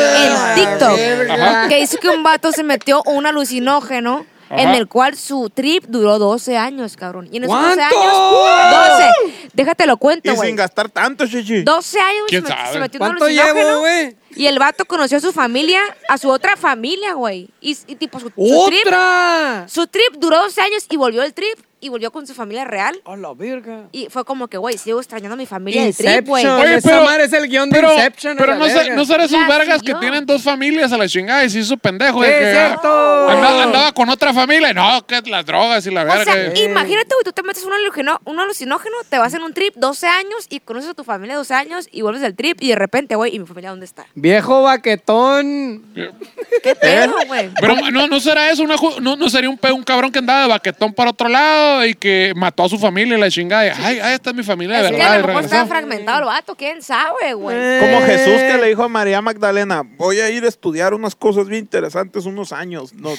en TikTok,
Ajá.
que hizo que un vato se metió un alucinógeno en
Ajá.
el cual su trip duró 12 años, cabrón. Y en esos 12
¿Cuánto?
años, 12, déjate lo
Y
cuento,
sin
güey.
gastar tanto, chichi.
12 años se
¿Quién
metió-
sabe?
se metió en un
¿Cuánto llevo,
alucinógeno.
güey?
Y el vato conoció a su familia, a su otra familia, güey. Y, y tipo, su, su trip,
¡Otra!
su trip duró 12 años y volvió el trip y volvió con su familia real.
¡A la verga!
Y fue como que, güey, sigo extrañando a mi familia del trip, güey.
Inception.
Oye,
Esa
pero-
madre es el guión de
Pero,
Inception. a
pero
la
no, ser,
verga.
no ser esos
La
vergas que
siguió.
tienen dos familias a la chingada y se hizo pendejo.
Sí,
de que,
es cierto.
ah, Andaba, andaba con otra familia. y No, que las drogas y la
O
verga.
sea,
y-
imagínate, güey, tú te metes un alucinógeno, un alucinógeno, te vas en un trip 12 años y conoces a tu familia de 12 años y vuelves del trip y de repente, güey, ¿y mi familia dónde está?
Viejo baquetón.
¿Qué
¿Eh?
pedo, güey?
Pero no, no será eso, una ju- no, no sería un, pe- un cabrón que andaba de baquetón para otro lado y que mató a su familia y la chingada. y, ay, ay, esta es mi familia de
Es que a
verdad. y
lo mejor
regresó.
estaba fragmentado el vato, quién sabe, güey.
Como Jesús que le dijo a María Magdalena, voy a ir a estudiar unas cosas bien interesantes unos años, no,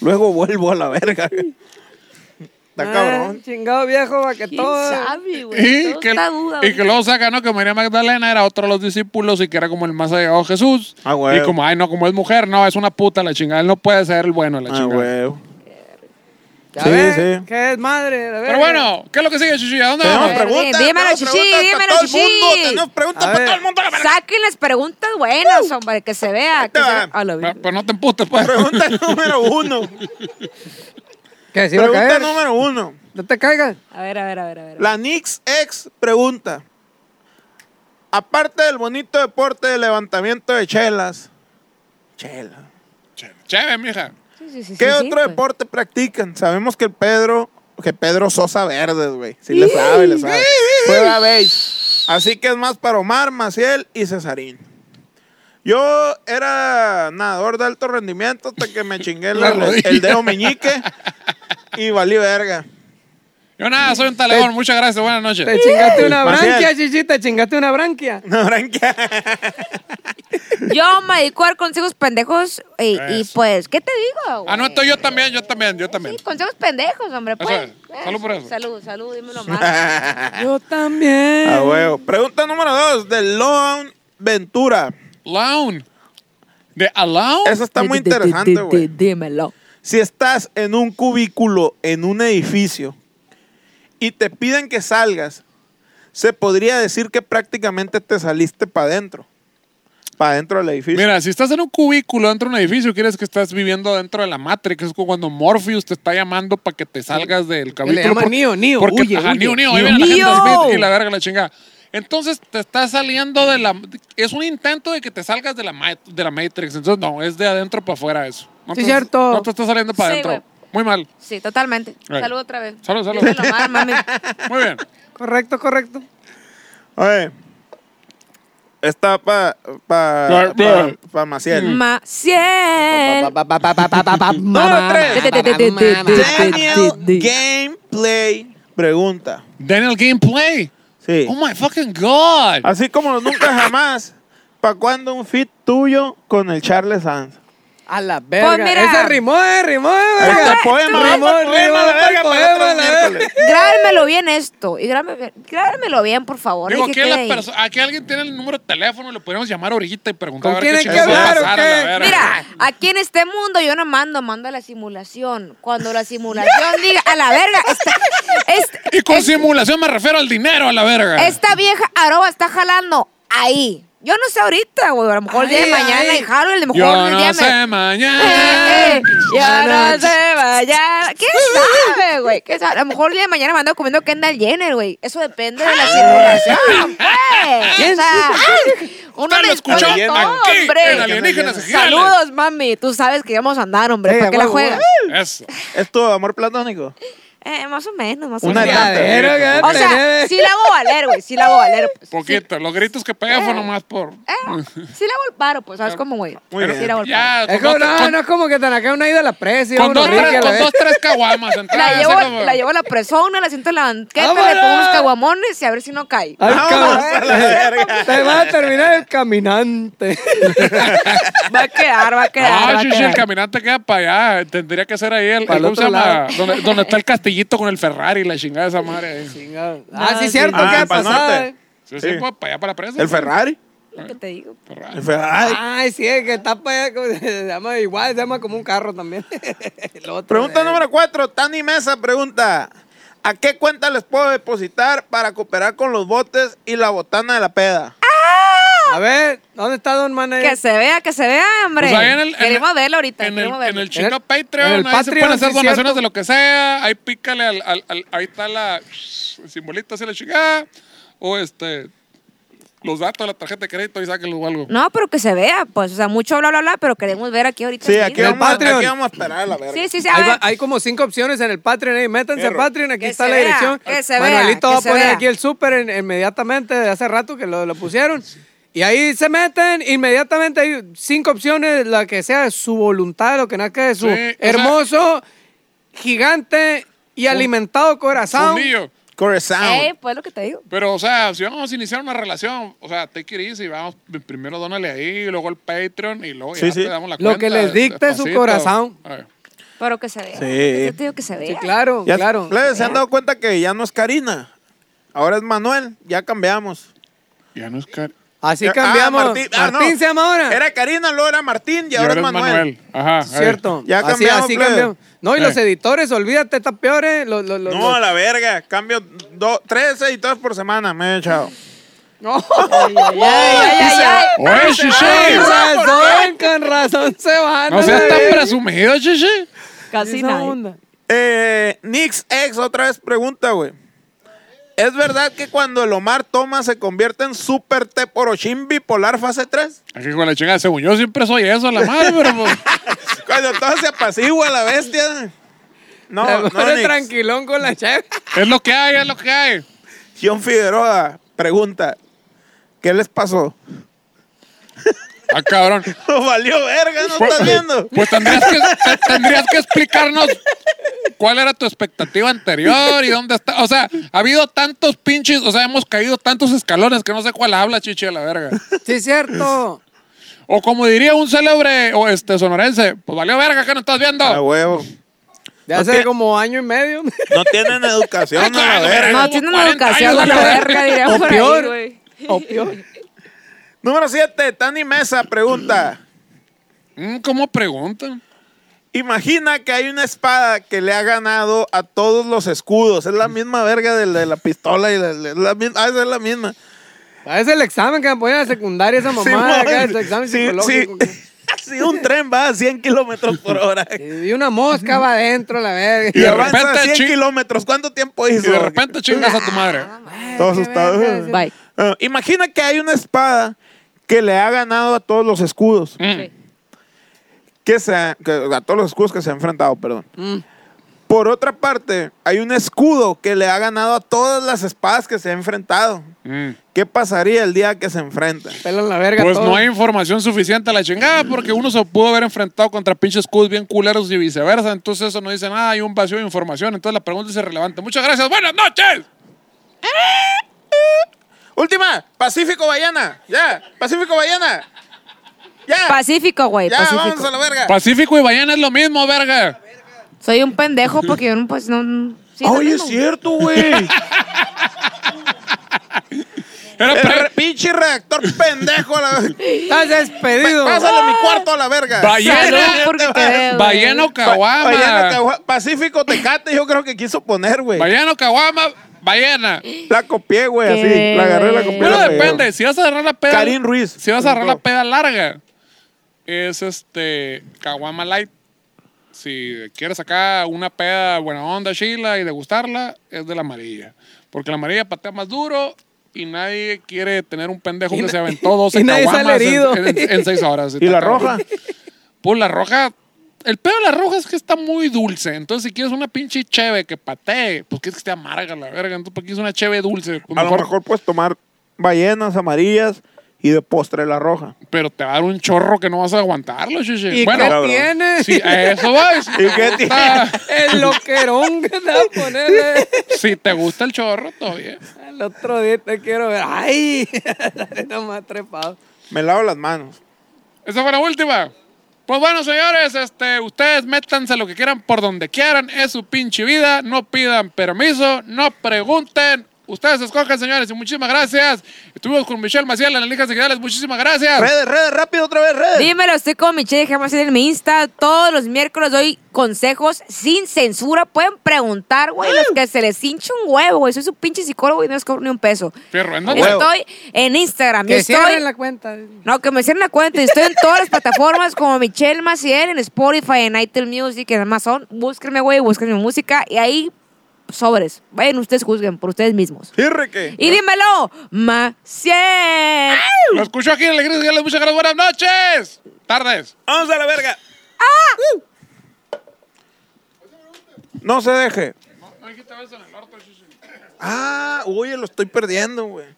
luego vuelvo a la verga. Está
Ah,
cabrón.
Chingado viejo
¿Quién
baquetón.
sabe, güey?
Y
Todo
que,
está duda,
y que
güey.
luego saca, ¿no? Que María Magdalena era otro de los discípulos y que era como el más allegado a Jesús.
Ah, güey.
Y como, ay, no, como es mujer, no, es una puta la chingada. Él no puede ser el bueno la
Ah,
chingada.
huevo.
Ya
Sí,
ves,
sí.
Que es madre. la
Pero
verga.
bueno, ¿qué es lo que sigue, Chichi? ¿A dónde
Tenemos
vamos?
ver,
preguntas,
dímelo,
tenemos
Chichi,
preguntas para
dímelo,
todo el
Chichi.
mundo, tenemos preguntas
A
para
ver.
todo el mundo. la verga.
Saquen las preguntas buenas, hombre, que se vea. Que se
va.
vea. A la
Pa-
vida.
Pues no te emputes, pues.
Pregunta número uno.
Que sí va a
Pregunta
caer.
número uno.
No te caigas.
A ver, a ver, a ver, a ver.
La Nix ex pregunta. Aparte del bonito deporte de levantamiento de chelas. Chelas.
Ch- Chévere, mija.
Sí, sí, sí,
¿Qué
sí, pues. sí,
otro
güey.
deporte practican? Sabemos que el Pedro, que Pedro Sosa Verdes, güey. Sí le sabe, le sabe. Juega beige. Así que es más para Omar, Maciel y Cesarín. Yo era nadador de alto rendimiento hasta que me chingué el,
La rodilla.
el dedo meñique y valí verga.
Yo nada, soy un talegón. Muchas gracias, buenas noches.
Te chingaste una
Maciel.
branquia, chichi. Te chingaste una branquia.
No, branquia.
pues. Yo me dedico a dar consejos pendejos y, y,
Eso.
pues, ¿qué te digo?
Ah, no,
güey?
estoy yo también, yo también, yo también.
Sí, consejos pendejos, hombre. Pues.
es. Salud por eso.
Salud, salud, dímelo más.
Yo también.
A huevo. Pregunta número dos, de Lon Ventura.
Lown. ¿De Alone?
Esa está muy interesante, güey.
Dímelo.
Si estás en un cubículo, en un edificio, y te piden que salgas, se podría decir que prácticamente te saliste para adentro. para dentro del edificio.
Mira, si estás en un cubículo dentro de un edificio, quieres que estás viviendo dentro de la Matrix, es como cuando Morpheus te está llamando para que te salgas del cubículo.
llama
por-
Neo, Neo,
porque,
huye,
ajá,
huye.
Neo, Neo, ahí
Neo.
viene la
Neo.
gente Smith y la verga, la chingada. Entonces te estás saliendo de la... Es un intento de que te salgas de la, ma- de la Matrix. Entonces, no, es de adentro para afuera eso. No
Sí,
te-
cierto.
No te estás saliendo para
Sí,
adentro.
güey.
Muy mal.
Sí, totalmente.
Ay.
Salud otra vez.
Salud, salud.
Díselo mal, mami.
Muy bien.
Correcto, correcto.
Oye, está para
Bla,
pa,
bla.
pa, pa
Mm.
Maciel.
Maciel.
Número tres.
Te, te, te, te, te, te,
Daniel
te, te.
Gameplay pregunta.
Daniel Gameplay.
Sí.
Oh my fucking God.
Así como los nunca jamás, ¿para cuándo un fit tuyo con el Charles Sanz?
A la verga.
mira.
Ese rimó, eh, rimó, eh,
Ahí está
verga.
el poema, ahí
Rimó,
está el poema, la
rimó,
verga, para el
poema,
otro
la verga.
miércoles.
Grábenmelo bien esto. Y grábenme- grábenmelo, bien, por favor.
Digo,
y que
aquí, las
quede ahí.
perso- aquí alguien tiene el número de teléfono, le podemos llamar ahorita y preguntar.
¿Con
a ver
quién
qué
hay que
chingados va a
hablar o
pasar, a la
qué?
verga.
Mira, aquí en este mundo yo no mando, mando a la simulación. Cuando la simulación diga, a la verga, esta, es-
Y con simulación me refiero al dinero, a la verga.
esta vieja aroba está jalando ahí. Yo no sé ahorita, güey, a lo mejor el día de
Ahí,
mañana
ahí.
y jalo, a lo mejor
Yo
el
no
día me-
sé
Eh, eh,
mañana.
yo no
Buenas
sé mañana. ¿Quién sabe, güey? ¿Quién sabe? A lo mejor el día de mañana me ando comiendo Kendall Jenner, güey. Eso depende de la circulación, pues. O sea, uno
Usted lo
le
escuchó
escucha todo,
aquí, en
hombre.
Alienígenas Ejidales.
Saludos, mami. Tú sabes que íbamos a andar, hombre.
Sí,
¿Para qué la
huevo,
juegas?
Eso.
¿Es tu amor platónico?
Eh, más o menos, más o
Una
menos.
tata.
Tiradero, que
O sea,
tenés.
sí la hago valer, güey. Sí la hago valer. pues.
Poquito. Los gritos que pega fue nomás por. Mm.
Sí, eh, sí la hago el paro, pues, ¿sabes cómo, güey?
Muy
Sí
bien.
la hago el paro.
Ya,
Es
con,
como,
dos-
no,
con-
no es como que tan acá una ida a la presa.
con dos, tres, con dos, tres caguamas. entradas,
La llevo,
Ah, así como-
la llevo a la presona, la siento en la banqueta, le
¡Vámonos!
pongo unos caguamones y a ver si no cae.
Ah.
Ay,
Vámonos
cabrón.
a la verga.
Te va a terminar el caminante.
Va a quedar, va a quedar.
No,
va a
Shishi, Ah, el
quedar.
caminante queda para allá. Tendría que ser ahí el.
Para el
¿cómo se
otro
llama?
lado.
Donde, donde está el castillito con el Ferrari, la chingada de esa madre. ahí. Sí,
ah, sí,
sí.
cierto,
Ah,
¿qué ha
pa'l
pasado?
norte.
sí,
Sí.
pues, para allá, para la presa.
¿El Ferrari?
¿Qué te digo?
Ferrari.
El Ferrari.
Ay, sí, es que está para allá, como- se llama igual, se llama como un carro también. El otro,
Pregunta
eh.
número cuatro. Tani Mesa pregunta: ¿A qué cuenta les puedo depositar para cooperar con los botes y la botana de la peda?
Ah, A ver, ¿dónde está Don Manager?
Que se vea, que se vea, hombre.
Pues ahí en el- en
queremos
el-
verla ahorita,
En el,
queremos
en
verla.
el chino
En el-
Patreon,
en el
ahí se
Patreon,
pueden hacer
sí,
donaciones
cierto.
de lo que sea. Ahí pícale al, al- al- ahí está la el simbolito así la chingada. O este los datos de la tarjeta de crédito y sáquenlo o algo.
No, pero que se vea, pues, o sea, mucho bla, bla, bla, pero queremos ver aquí ahorita.
Sí,
enseguida.
aquí
En el
vamos, aquí
Patreon.
vamos a esperar a la verga.
Sí, sí, sí, a
Hay,
ver.
va- hay como cinco opciones en el Patreon, ahí. métanse
Fierro.
a Patreon, aquí
Que
está
se
la
vea,
dirección.
que se vea,
Manuelito
que
va a
se
poner
vea.
aquí el súper en- inmediatamente, de hace rato que lo, lo pusieron. Y ahí se meten, inmediatamente hay cinco opciones, la que sea de su voluntad, lo que nazca de su
Sí, o sea-
hermoso, gigante y alimentado corazón.
Fundillo.
Corazón.
Ey, pues lo que te digo.
Pero, o sea, si vamos a iniciar una relación, o sea, te it easy, vamos, primero dónale ahí, luego el Patreon y luego
Sí,
ya
sí.
te damos la
Lo
cuenta.
que les dicte su
despacito.
corazón.
A ver.
Pero que se vea.
Sí.
Yo te digo que se vea.
Sí, claro,
Ya-
claro. Eh.
plebes, ¿Se han dado cuenta que ya no es Karina? Ahora es Manuel. Ya cambiamos.
Ya no es caro.
Así
Ya-
cambiamos.
Ah,
Martín,
ah, no.
se llama ahora.
Era Karina, luego era Martín y,
Y
ahora,
ahora es Manuel. Ajá. a ver.
Cierto.
Ya
Así-
cambiamos,
así
plebe.
cambiamos. No, y
Eh.
los editores, olvídate, está peor, eh. Los- los- los-
No, a la verga. Cambio do, tres editores por semana. Me he echado.
No.
Ay, ay, ay.
Oye, Shishi.
Con razón, con razón se van.
No seas
a
tan
la-
presumido, Shishi.
Casi
Esa
nada.
onda.
Eh, Nix X otra vez pregunta, güey. ¿Es verdad que cuando el Omar toma se convierte en Super T Porochín bipolar fase 3?
Aquí con la chingada, según yo siempre soy eso, la madre, pero pues.
Cuando todo se apacigua la bestia. No,
Te
no,
pones
Nix.
tranquilón con la chef.
Es lo que hay, es lo que hay.
John Figueroa pregunta, ¿qué les pasó?
Ah, cabrón.
No valió verga, ¿no estás viendo?
Pues tendrías que, te- tendrías que explicarnos cuál era tu expectativa anterior y dónde está. O sea, ha habido tantos pinches, o sea, hemos caído tantos escalones que no sé cuál habla, chichi, a la verga.
Sí, cierto.
O como diría un célebre o este sonorense, pues valió verga que no estás viendo.
A huevo.
De
No
hace
tiene-
como año y medio.
No tienen educación,
Ah,
a la verga.
No,
Como
tiene una
40
educación
años,
a la
la
verga, diría
O
por
peor.
ahí, güey.
O peor.
Número 7, Tani Mesa pregunta,
Mm, ¿Cómo preguntan?
imagina que hay una espada que le ha ganado a
Mm.
todos los escudos. Es la misma verga de la, de la pistola y la, la- la mi- ah, esa es la misma.
Es el examen que me ponían en la secundaria esa mamada. acá, es el examen
Sí,
psicológico.
sí. Si un tren va a 100 kilómetros por hora
Y una mosca va adentro, la verga.
y,
de
avanza
repente,
a 100
chi-
kilómetros, ¿cuánto tiempo
Y
hizo?
de repente chingas a tu madre.
Todo asustado.
Bye.
Ah, imagina que hay una espada que le ha ganado a todos los escudos.
Mm.
Que se ha- que- a todos los escudos que se ha enfrentado, perdón. Por otra parte, hay un escudo que le ha ganado a todas las espadas que se ha enfrentado.
Mm.
¿Qué pasaría el día que se enfrentan?
Pelan la verga.
Pues
todo.
no hay información suficiente a la chingada porque uno se pudo haber enfrentado contra pinches cudos bien culeros y viceversa. Entonces eso no dice nada, hay un vacío de información. Entonces la pregunta es irrelevante. Muchas gracias, buenas noches.
Última, Pacífico Bayana. Ya, Pacífico Bayana. Ya,
Pacífico, güey.
ya,
eh, Pacífico.
vamos a la verga.
Pacífico y Bayana es lo mismo, verga.
Soy un pendejo porque yo no, pues, no... sí,
Ah,
no,
Oye,
no,
es
no.
cierto, güey.
Era
El
pre-
re- pinche redactor pendejo. a La...
Estás despedido.
Pásale a mi cuarto a la verga.
ballena,
Salud, porque quedé, güey.
ballena o
Pa- Ballena,
caguama.
Cagua- Pacífico Tecate, yo creo que quiso poner, güey.
Ballena o caguama, ballena.
La copié, güey,
Qué
así. La agarré, la
Eh,
copié.
Bueno,
la pegué.
depende. Si vas a agarrar la peda.
Karin Ruiz.
Si vas a agarrar la
Preguntó.
peda larga, es este. Caguama Light. Si quieres sacar una peda buena onda, chila y degustarla, es de la amarilla. Porque la amarilla patea más duro y nadie quiere tener un pendejo que se aventó 12
y nadie sale
caguamas en-
herido.
en, 6 horas.
¿Y la
Está cabrón.
roja?
Pues la roja. El pedo de la roja es que está muy dulce. Entonces, si quieres una pinche cheve que patee, pues quieres que esté amarga la verga. Entonces, ¿para qué es una cheve dulce? Pues,
A lo mejor puedes tomar ballenas amarillas y de postre la roja.
pero te va a dar un chorro que no vas a aguantarlo, chiche.
¿Y
bueno,
qué
cabrón.
tiene?
si a eso vas.
¿Y qué tiene?
El loquerón que te va a poner. eh.
Si te gusta el chorro, todavía.
El otro día te quiero ver. ¡Ay! No me ha trepado.
Me lavo las manos.
Esa fue la última. Pues bueno, señores, este, ustedes métanse lo que quieran por donde quieran. Es su pinche vida. No pidan permiso, no pregunten. Ustedes escogen, señores, y muchísimas gracias. Estuvimos con Michelle Maciel en las Lijas Seguidales. Muchísimas gracias.
Redes, redes, rápido otra vez, redes.
Dímelo, estoy con Michelle Jamás en mi Insta. Todos los miércoles doy consejos sin censura. Pueden preguntar, güey, los que se les hincha un huevo, güey. Soy su pinche psicólogo y no les cobro ni un peso.
Fierro, ¿en dónde?
Huevo.
Estoy en Instagram.
Que
Yo estoy
cierren la cuenta.
No, que me cierren la cuenta. Estoy en todas las plataformas como Michelle Maciel, en Spotify, en iTunes Music, en Amazon. Búsquenme, güey, búsquenme música. Y ahí, sobres. Vayan, ustedes juzguen por ustedes mismos.
Sírreque.
Y dímelo, Maciel.
Lo escucho aquí en las Lijas Seguidales. Muchas gracias. Buenas noches. Tardes.
Vamos a la verga. No se deje.
No dijiste beso en el orto,
Ah, oye, lo estoy perdiendo, güey.